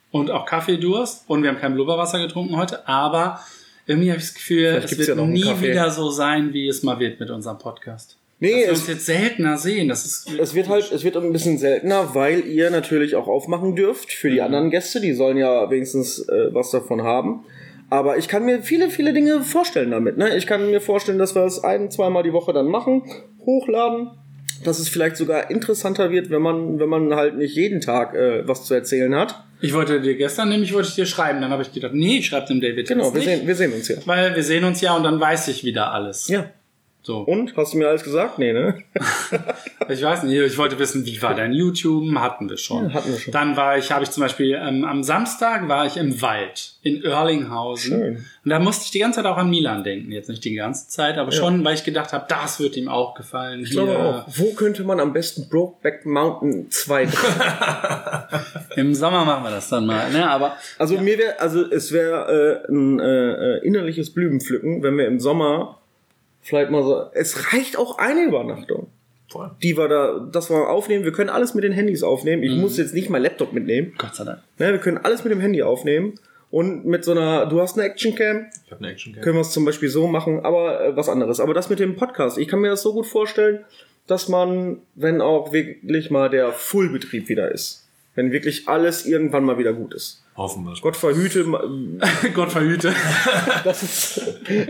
und auch Kaffeedurst und wir haben kein Blubberwasser getrunken heute, aber irgendwie habe ich das Gefühl,
Vielleicht
es
gibt's
wird
ja noch einen
nie
Kaffee.
wieder so sein, wie es mal wird mit unserem Podcast.
Nee,
Dass wir uns
es,
jetzt seltener sehen. Das ist
es wird halt es wird ein bisschen seltener, weil ihr natürlich auch aufmachen dürft für
Mhm.
die anderen Gäste. Die sollen ja wenigstens äh, was davon haben. Aber ich kann mir viele, viele Dinge vorstellen damit. Ne? Ich kann mir vorstellen, dass wir es ein, zweimal die Woche dann machen, hochladen, dass es vielleicht sogar interessanter wird, wenn man, wenn man halt nicht jeden Tag äh, was zu erzählen hat.
Ich wollte dir gestern nämlich wollte ich dir schreiben, dann habe ich gedacht, nee, ich schreibe dem David
Genau,
jetzt
wir
nicht,
sehen, wir sehen uns ja.
weil wir sehen uns ja und dann weiß ich wieder alles.
Ja.
So.
Und? Hast du mir alles gesagt? Nee, ne?
Ich weiß nicht, ich wollte wissen, wie war dein YouTube? Hatten wir schon.
Ja, hatten wir schon.
Dann war ich, habe ich zum Beispiel ähm, am Samstag war ich im Wald in Erlinghausen.
Schön.
Und da musste ich die ganze Zeit auch an Milan denken. Jetzt nicht die ganze Zeit, aber schon, weil ich gedacht habe, das wird ihm auch gefallen.
Ich glaube
Hier
auch. Wo könnte man am besten Brokeback Mountain 2 drehen?
Im Sommer machen wir das dann mal. Ne? Aber
Also mir wäre, also es wäre äh, ein äh, äh, innerliches Blütenpflücken, wenn wir im Sommer vielleicht mal so. Es reicht auch eine Übernachtung.
Voll.
Die wir da, das wir aufnehmen. Wir können alles mit den Handys aufnehmen. Ich muss jetzt nicht mein Laptop mitnehmen.
Gott sei Dank.
Ne, wir können alles mit dem Handy aufnehmen. Und mit so einer, du hast eine Actioncam,
Ich habe eine action
können wir es zum Beispiel so machen, aber äh, was anderes. Aber das mit dem Podcast, ich kann mir das so gut vorstellen, dass man, wenn auch wirklich mal der Fullbetrieb wieder ist, wenn wirklich alles irgendwann mal wieder gut ist.
Hoffen wir.
Gott verhüte, ma-
Gott verhüte.
das ist,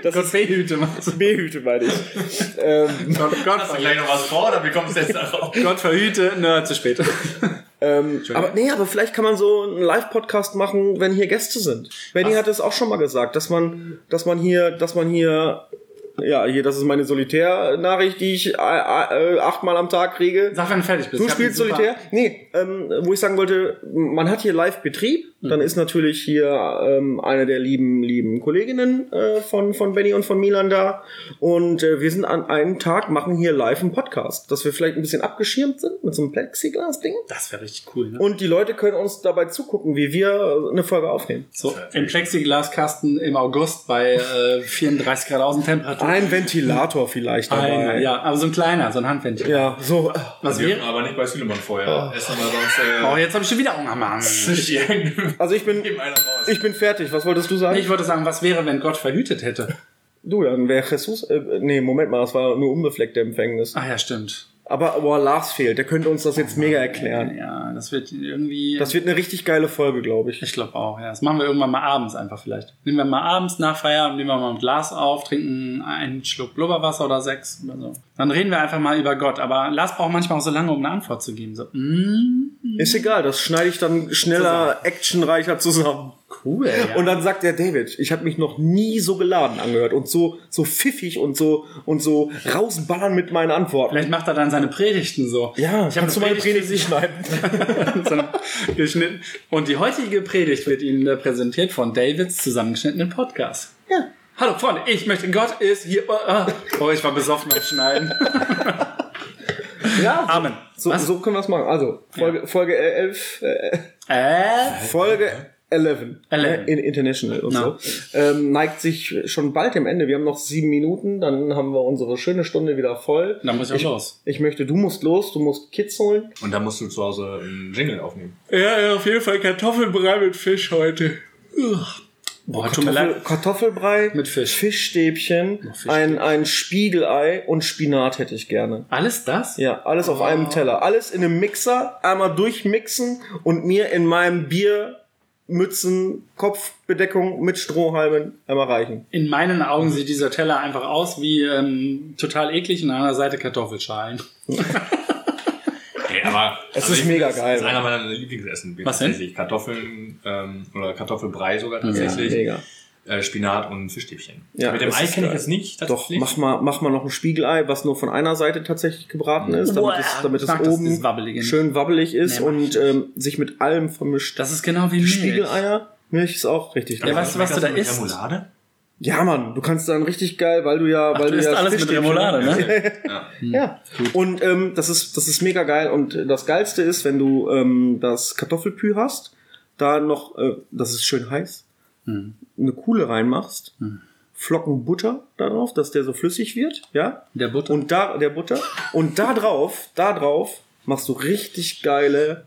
das
Gott
ist
verhüte. Mann.
behüte, meine ich. ähm,
Gott, Gott,
Hast du gleich noch was vor oder wie kommst du jetzt darauf?
Gott verhüte. Nö, zu spät.
ähm, aber nee, aber vielleicht kann man so einen Live-Podcast machen, wenn hier Gäste sind. Benny hat es auch schon mal gesagt, dass man, dass man hier, dass man hier, ja, hier, das ist meine Solitärnachricht, die ich äh, äh, achtmal am Tag kriege.
Sag, wenn du fertig bist.
Du
Ich hab
spielst
einen super-
Solitär? Nee, ähm, wo ich sagen wollte, man hat hier Live-Betrieb,
Mhm.
dann ist natürlich hier ähm, eine der lieben, lieben Kolleginnen äh, von, von Benny und von Milan da. Und äh, wir sind an einem Tag, machen hier live einen Podcast, dass wir vielleicht ein bisschen abgeschirmt sind mit so einem Plexiglas-Ding.
Das wäre richtig cool. Ne?
Und die Leute können uns dabei zugucken, wie wir äh, eine Folge aufnehmen.
So, im Plexiglaskasten im August bei äh, 34 Grad Außentemperatur.
Ein Ventilator vielleicht dabei.
Ein, ja, aber so ein kleiner, so ein Handventil.
ja, so.
Was
Wir
wäre?
aber nicht bei Sülemann vorher. Erst einmal sonst äh,
Oh, jetzt habe ich schon wieder Hunger, Mann.
nicht irgendeinem
Also ich bin,
einer raus.
ich bin fertig. Was wolltest du sagen?
Ich wollte sagen, was wäre, wenn Gott verhütet hätte?
du, dann wäre Jesus. Äh, nee, Moment mal, das war nur unbefleckte Empfängnis.
Ach Ah, ja, stimmt.
Aber boah, Lars fehlt, der könnte uns das jetzt mega erklären.
Ja, das wird irgendwie.
Das wird eine richtig geile Folge, glaube ich.
ich glaube auch, ja. Das machen wir irgendwann mal abends einfach vielleicht. Nehmen wir mal abends nach Feierabend, nehmen wir mal ein Glas auf, trinken einen Schluck Blubberwasser oder sechs oder so. Dann reden wir einfach mal über Gott. Aber Lars braucht manchmal auch so lange, um eine Antwort zu geben. So, mm,
Ist egal, das schneide ich dann schneller, actionreicher zusammen.
cool. Ja.
Und dann sagt der David, ich habe mich noch nie so geladen angehört und so so pfiffig und so und so rausballern mit meinen Antworten.
Vielleicht macht er dann seine Predigten so.
Ja,
ich habe
kannst du meine Predigt nicht schneiden?
so geschnitten. Und die heutige Predigt wird Ihnen äh, präsentiert von Davids zusammengeschnittenen Podcast.
Ja.
Hallo Freunde, ich möchte Gott ist hier. Oh, ich war besoffen beim Schneiden.
Ja.
Amen.
So, so können wir es machen. Also Folge Folge 11, äh,
Äh,
Folge 11,
11.
ne, in International und
Na.
so, ähm, neigt sich schon bald dem Ende. Wir haben noch sieben Minuten, dann haben wir unsere schöne Stunde wieder voll.
dann muss ich auch los.
Ich möchte, du musst los, du musst Kids holen.
Und dann musst du zu Hause einen Jingle aufnehmen.
Ja, ja, auf jeden Fall Kartoffelbrei mit Fisch heute. Boah, tut mir
Kartoffel,
leid.
Kartoffelbrei
Mit Fisch.
Fischstäbchen,
Fischstäbchen.
ein, ein Spiegelei und Spinat hätte ich gerne.
Alles das?
Ja, alles auf
Ah.
einem Teller. Alles in einem Mixer, einmal durchmixen und mir in meinem Bier, Mützen, Kopfbedeckung mit Strohhalmen einmal reichen.
In meinen Augen sieht dieser Teller einfach aus wie ähm, total eklig und an der Seite Kartoffelschalen.
Ey, aber also
Es ist mega geil.
Das ist einer meiner Lieblingsessen.
Was denn?
tatsächlich. Kartoffeln ähm, oder Kartoffelbrei sogar tatsächlich.
mega.
äh, Spinat und Fischstäbchen.
Ja,
Mit dem
das
Ei
ist
kenne ich
geil.
jetzt nicht.
Doch,
tatsächlich.
mach mal, mach mal noch ein Spiegelei, was nur von einer Seite tatsächlich gebraten ist, damit es, damit
ich
es
mag das,
oben
dieses Wabbelige.
schön wabbelig ist
Nee, mach ich
und ähm, sich mit allem vermischt.
Das ist genau wie Milch.
Spiegeleier, Milch ist auch richtig
Ja,
geil.
weißt du, was du da
Mit
isst?
Remoulade?
Ja, Mann, du kannst dann richtig geil, weil du ja, weil
du isst
ja
alles mit
Fischstäbchen-
Remoulade, ne?
Ja.
ja. Und ähm, das ist das ist mega geil und das geilste ist, wenn du ähm, das Kartoffelpü hast, da noch, äh, das ist schön heiß,
Mhm.
eine Kuhle reinmachst, Flocken Butter darauf, dass der so flüssig wird, ja.
Der Butter.
Und da der Butter und da drauf, da drauf machst du richtig geile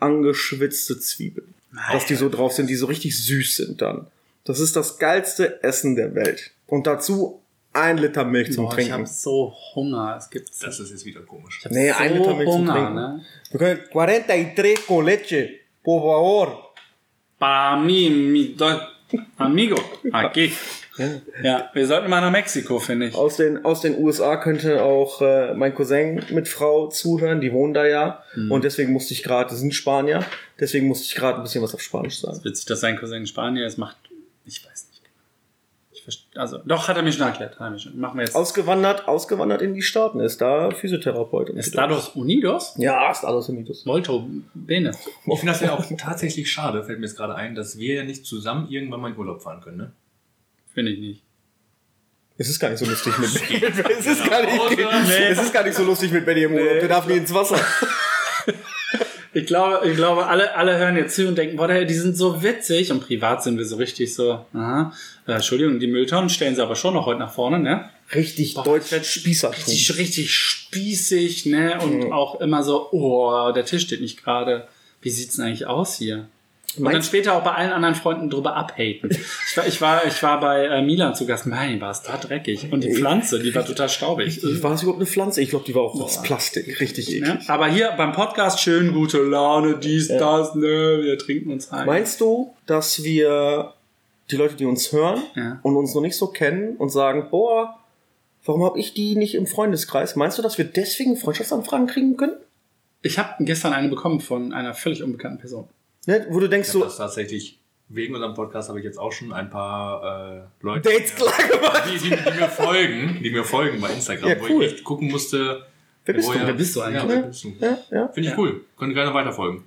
angeschwitzte Zwiebeln, dass die so drauf sind, die so richtig süß sind dann. Das ist das geilste Essen der Welt. Und dazu ein Liter Milch zum
Boah, ich
Trinken.
habe so Hunger. Es gibt
Das ist jetzt wieder komisch.
Nee,
so
ein Liter Milch zum
Hunger,
Trinken.
ne?
Wir können 43 con leche, por favor.
Para mi, mi do, amigo. Aquí. Ja, wir sollten mal nach Mexiko, finde ich.
Aus den, aus den USA könnte auch äh, mein Cousin mit Frau zuhören, die wohnen da ja. Und deswegen musste ich gerade, die sind Spanier, deswegen musste ich gerade ein bisschen was auf Spanisch sagen.
Witzig, dass sein Cousin Spanier ist, macht. Ich weiß nicht. Ich Ich verste- Also, doch, hat er mir schon erklärt. Hat er mir schon. Machen wir jetzt.
Ausgewandert, ausgewandert in die Staaten, ist da Physiotherapeut.
Estados Unidos?
Ja, Estados Unidos.
Molto bene.
Ich finde das ja auch tatsächlich schade, fällt mir jetzt gerade ein, dass wir ja nicht zusammen irgendwann mal in Urlaub fahren können, ne?
Finde ich nicht.
Es ist gar nicht so lustig mit Benny. es, ist gar
Nach
nicht,
Hause.
es ist gar nicht so lustig mit Benny im Urlaub. Der darf nie ins Wasser.
Ich glaube, ich glaube alle, alle hören jetzt zu und denken, boah, die sind so witzig. Und privat sind wir so richtig so, aha. Äh, Entschuldigung, die Mülltonnen stellen sie aber schon noch heute nach vorne, ne?
Richtig
Boah,
deutsch
das-
Spießertum.
Richtig, richtig spießig, ne? Und auch immer so, oh, der Tisch steht nicht gerade. Wie sieht's denn eigentlich aus hier? Und dann
Meinst-
später auch bei allen anderen Freunden drüber abhaten. Ich war, ich war, ich war bei äh, Milan zu Gast. Mein, war es da dreckig. Und die Pflanze, die war total staubig.
Richtig. War das überhaupt eine Pflanze? Ich glaube, die war auch aus Plastik. Richtig eklig.
Ne? Aber hier beim Podcast schön gute Laune, dies, das, ne? Wir trinken uns ein.
Meinst du, dass wir die Leute, die uns hören
Ja.
und uns noch nicht so kennen und sagen, boah, warum habe ich die nicht im Freundeskreis? Meinst du, dass wir deswegen Freundschaftsanfragen kriegen können?
Ich habe gestern eine bekommen von einer völlig unbekannten Person.
Ne? Wo du denkst
Ich hab
so,
das tatsächlich, wegen unserem Podcast habe ich jetzt auch schon ein paar äh, Leute,
Dates klar gemacht.
die, die, die mir folgen, die mir folgen bei Instagram,
Ja,
wo
cool.
ich echt gucken musste,
Wer bist
woher-
du? ne?
Wer bist du eigentlich?
Ja, wer bist du?
Ja, ja.
Finde ich cool. Könnt gerne weiterfolgen.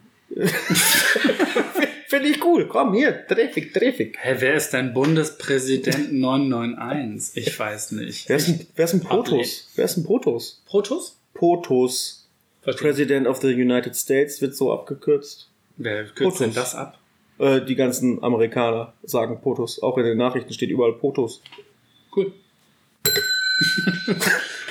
Finde ich cool. Komm hier, Treffig, Treffig.
Hä, wer ist dein Bundespräsident 991? Ich weiß nicht.
Wer ist ein, wer ist ein
Athlet.
Potos? Wer ist ein Potos?
Protus?
Potos.
Verstehe.
President of the United States wird so abgekürzt.
Wer kürzt denn
Protus.
das ab?
Äh, die ganzen Amerikaner sagen Potos. Auch in den Nachrichten steht überall Potos.
Cool.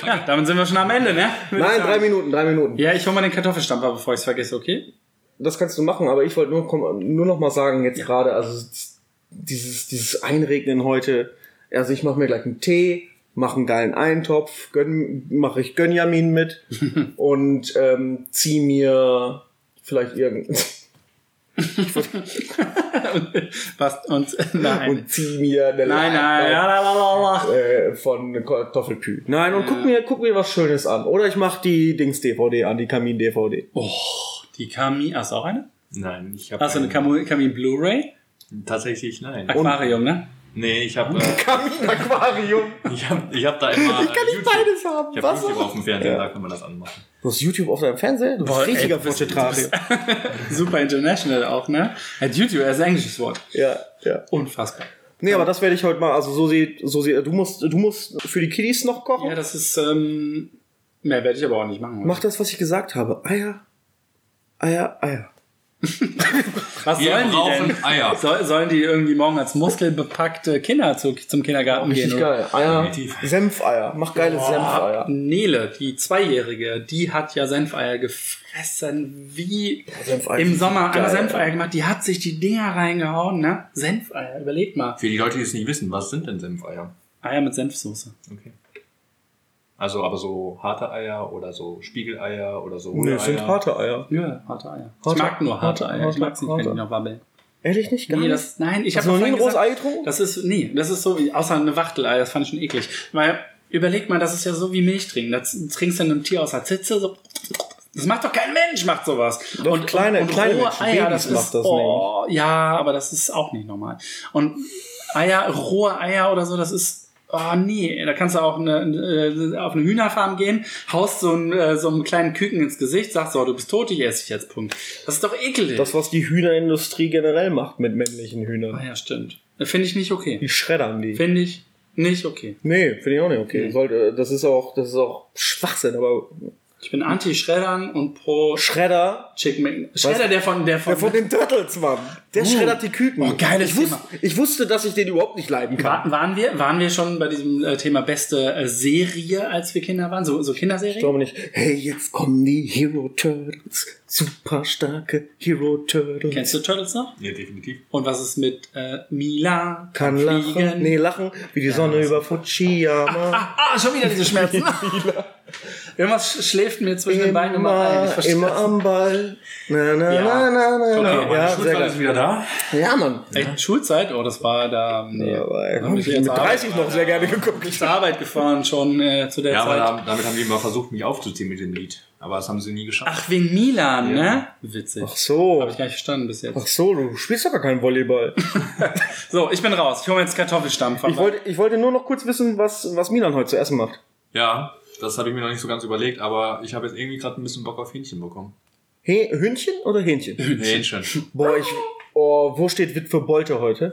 ja, damit sind wir schon am Ende, ne? Würde ich
Nein,
sagen.
drei Minuten, drei Minuten.
Ja, ich hole mal den Kartoffelstampfer, bevor ich es vergesse, okay?
das kannst du machen, aber ich wollte nur, kom- nur noch mal sagen, jetzt gerade, also dieses, dieses Einregnen heute, also ich mache mir gleich einen Tee, mache einen geilen Eintopf, mache ich Gönjamin mit und ähm, zieh mir vielleicht irgendein
Was und nein.
und zieh mir eine
nein, nein, ja, la, la, la, la.
äh, von Kartoffelpü. Nein, und guck mir, guck mir was Schönes an. Oder ich mache die Dings-DVD an, die Kamin-DVD.
Oh. Die Kamin, hast du auch eine?
Nein, ich habe
Hast du eine Kamin, Kamin Blu-ray?
tatsächlich nein.
Aquarium, ne?
Nee, ich habe äh,
Kamin-Aquarium.
ich hab, ich hab da immer Ich
kann nicht beides haben.
Ich habe
Was
YouTube
auch?
auf dem Fernseher, da kann man das anmachen.
Du hast YouTube auf deinem Fernseher? Du bist
Boah, ey,
richtiger
du bist-
Vegetarier.
Super international auch, ne? At YouTube als englisches Wort.
Ja, ja.
Unfassbar.
Nee, aber das werde ich heute mal, also so sieht, so sieht, du musst, du musst für die Kiddies noch kochen.
Ja, das ist ähm, mehr werde ich aber auch nicht machen.
Mach das, was ich gesagt habe. Eier, Eier, Eier.
Was
Wir
sollen die
brauchen
denn?
Eier.
Soll, sollen die irgendwie morgen als muskelbepackte Kinder zu, zum Kindergarten gehen?
Richtig geil. Eier,
Definitiv.
Senfeier. Mach geile
ne? Boah,
Senfeier.
Nele, die Zweijährige, die hat ja Senfeier gefressen wie
Senfeier
im
sind
Sommer
geil.
eine Senfeier gemacht. Die hat sich die Dinger reingehauen, ne? Senfeier, überleg mal.
Für die Leute, die es nicht wissen, was sind denn Senfeier?
Eier mit Senfsoße.
Okay. Also aber so harte Eier oder so Spiegeleier oder so
Nee,
hohle
es Oh, sind
Eier.
harte Eier.
Ja, harte Eier.
Harte-
ich mag nur harte,
harte-
Eier. Ich mag sie nicht, wenn die
harte-
noch wabbeln.
Ehrlich nicht? Gar
Nee,
nicht?
das, nein, ich
Hast
habe
du noch nie ein rohes Ei getrunken?
Das ist, nee, das ist so wie, außer eine Wachtelei, das fand ich schon eklig. Weil, überleg mal, das ist ja so wie Milch trinken. Da z- trinkst du einem Tier aus der Zitze, so. Das macht doch kein Mensch, macht sowas.
Doch, kleine- kleine
rohe
Menschen,
Eier,
Babys
das ist,
macht das
oh, ja, aber das ist auch nicht normal. Und Eier, rohe Eier oder so, das ist, oh nee, da kannst du auch eine, äh, auf eine Hühnerfarm gehen, haust so, einen, äh, so einem kleinen Küken ins Gesicht, sagst so, du bist tot, ich esse dich jetzt, Punkt. Das ist doch ekelig.
Das, was die Hühnerindustrie generell macht mit männlichen Hühnern.
Ah ja, stimmt. Finde ich nicht okay.
Die schreddern die.
Finde ich nicht okay.
Nee, finde ich auch nicht okay. Sollte, das ist auch, das ist auch Schwachsinn, aber
Ich bin anti-Schreddern und pro
Schredder.
Chicken Mc- Schredder, der von, der von,
Ja, von den Turtles, Mann. Der
Uh.
schreddert die Küken.
Oh, geiles
ich, wusste,
Thema.
ich wusste, dass ich den überhaupt nicht leiden
Wa-
kann.
waren wir, waren wir schon bei diesem äh, Thema beste äh, Serie, als wir Kinder waren? So, so Kinderserie?
Ich glaube nicht, hey, jetzt kommen die Hero Turtles. Super starke Hero Turtles.
Kennst du Turtles noch?
Ja, definitiv.
Und was ist mit äh, Mila?
Kann lachen. Nee, lachen wie die Sonne über Fujiyama.
Ah, schon wieder diese Schmerzen. Irgendwas schläft mir zwischen den Beinen immer ein. Ich verstehe
immer
das.
am Ball. Na, na,
Ja.
na, na, na,
Okay,
na.
meine
Ja, sehr
Schulzeit
geil.
ist wieder da.
Ja, Mann.
Echt, Schulzeit? Oh, das war da. Nee.
Aber, ey,
Da
hab
bin
ich
jetzt
mit
zur Arbeit-
30 noch sehr gerne geguckt.
bin ich zur Arbeit gefahren schon äh, zu der
Ja, aber
Zeit.
da- damit haben die immer versucht, mich aufzuziehen mit dem Lied. Aber das haben sie nie geschafft.
Ach, wegen Milan, ne? Witzig.
Ach so.
Habe ich gar nicht verstanden bis
Ach
jetzt.
so, du spielst doch gar keinen Volleyball.
So, ich bin raus. Ich hole mir jetzt Kartoffelstampfer.
Ich wollte, ich wollte nur noch kurz wissen, was, was Milan heute zu essen macht.
Ja, das habe ich mir noch nicht so ganz überlegt, aber ich habe jetzt irgendwie gerade ein bisschen Bock auf Hähnchen bekommen.
He Hühnchen oder Hähnchen?
Hähnchen.
Boah, ich. Oh, wo steht Witwe Beute heute?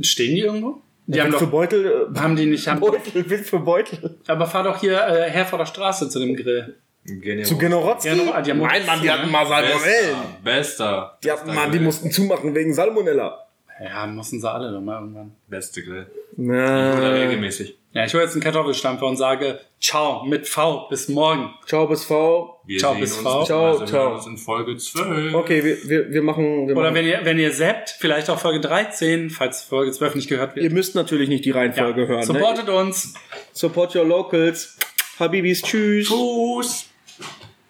Stehen die irgendwo? Die haben
Witwe
doch,
Beutel. Äh,
haben die nicht, haben,
Beutel, Witwe Beutel.
aber fahr doch hier äh, Herforder Straße zu dem Grill.
Genial.
Zu Generotski?
Ja, noch- ah, die haben-
Nein, Mann, die hatten mal Salmonellen.
Bester. Bester.
Die hatten mal, die mussten zumachen wegen Salmonella.
Ja, müssen sie alle doch mal irgendwann.
Beste Grill. Oder
Na.
regelmäßig.
Ja, ich hole jetzt einen Kartoffelstampfer und sage Ciao mit V, bis morgen.
Ciao, bis V.
Wir
Ciao,
sehen
bis
uns,
Frau.
beziehungsweise
Ciao, ciao.
hören uns in Folge 12.
Okay, wir, wir, wir machen. Wir
Oder
machen.
wenn ihr, wenn ihr zappt, vielleicht auch Folge 13, falls Folge 12 nicht gehört
ihr
wird.
müsst natürlich nicht die Reihenfolge hören. Ne?
supportet uns.
Support your locals. Habibis, tschüss.
Tschüss.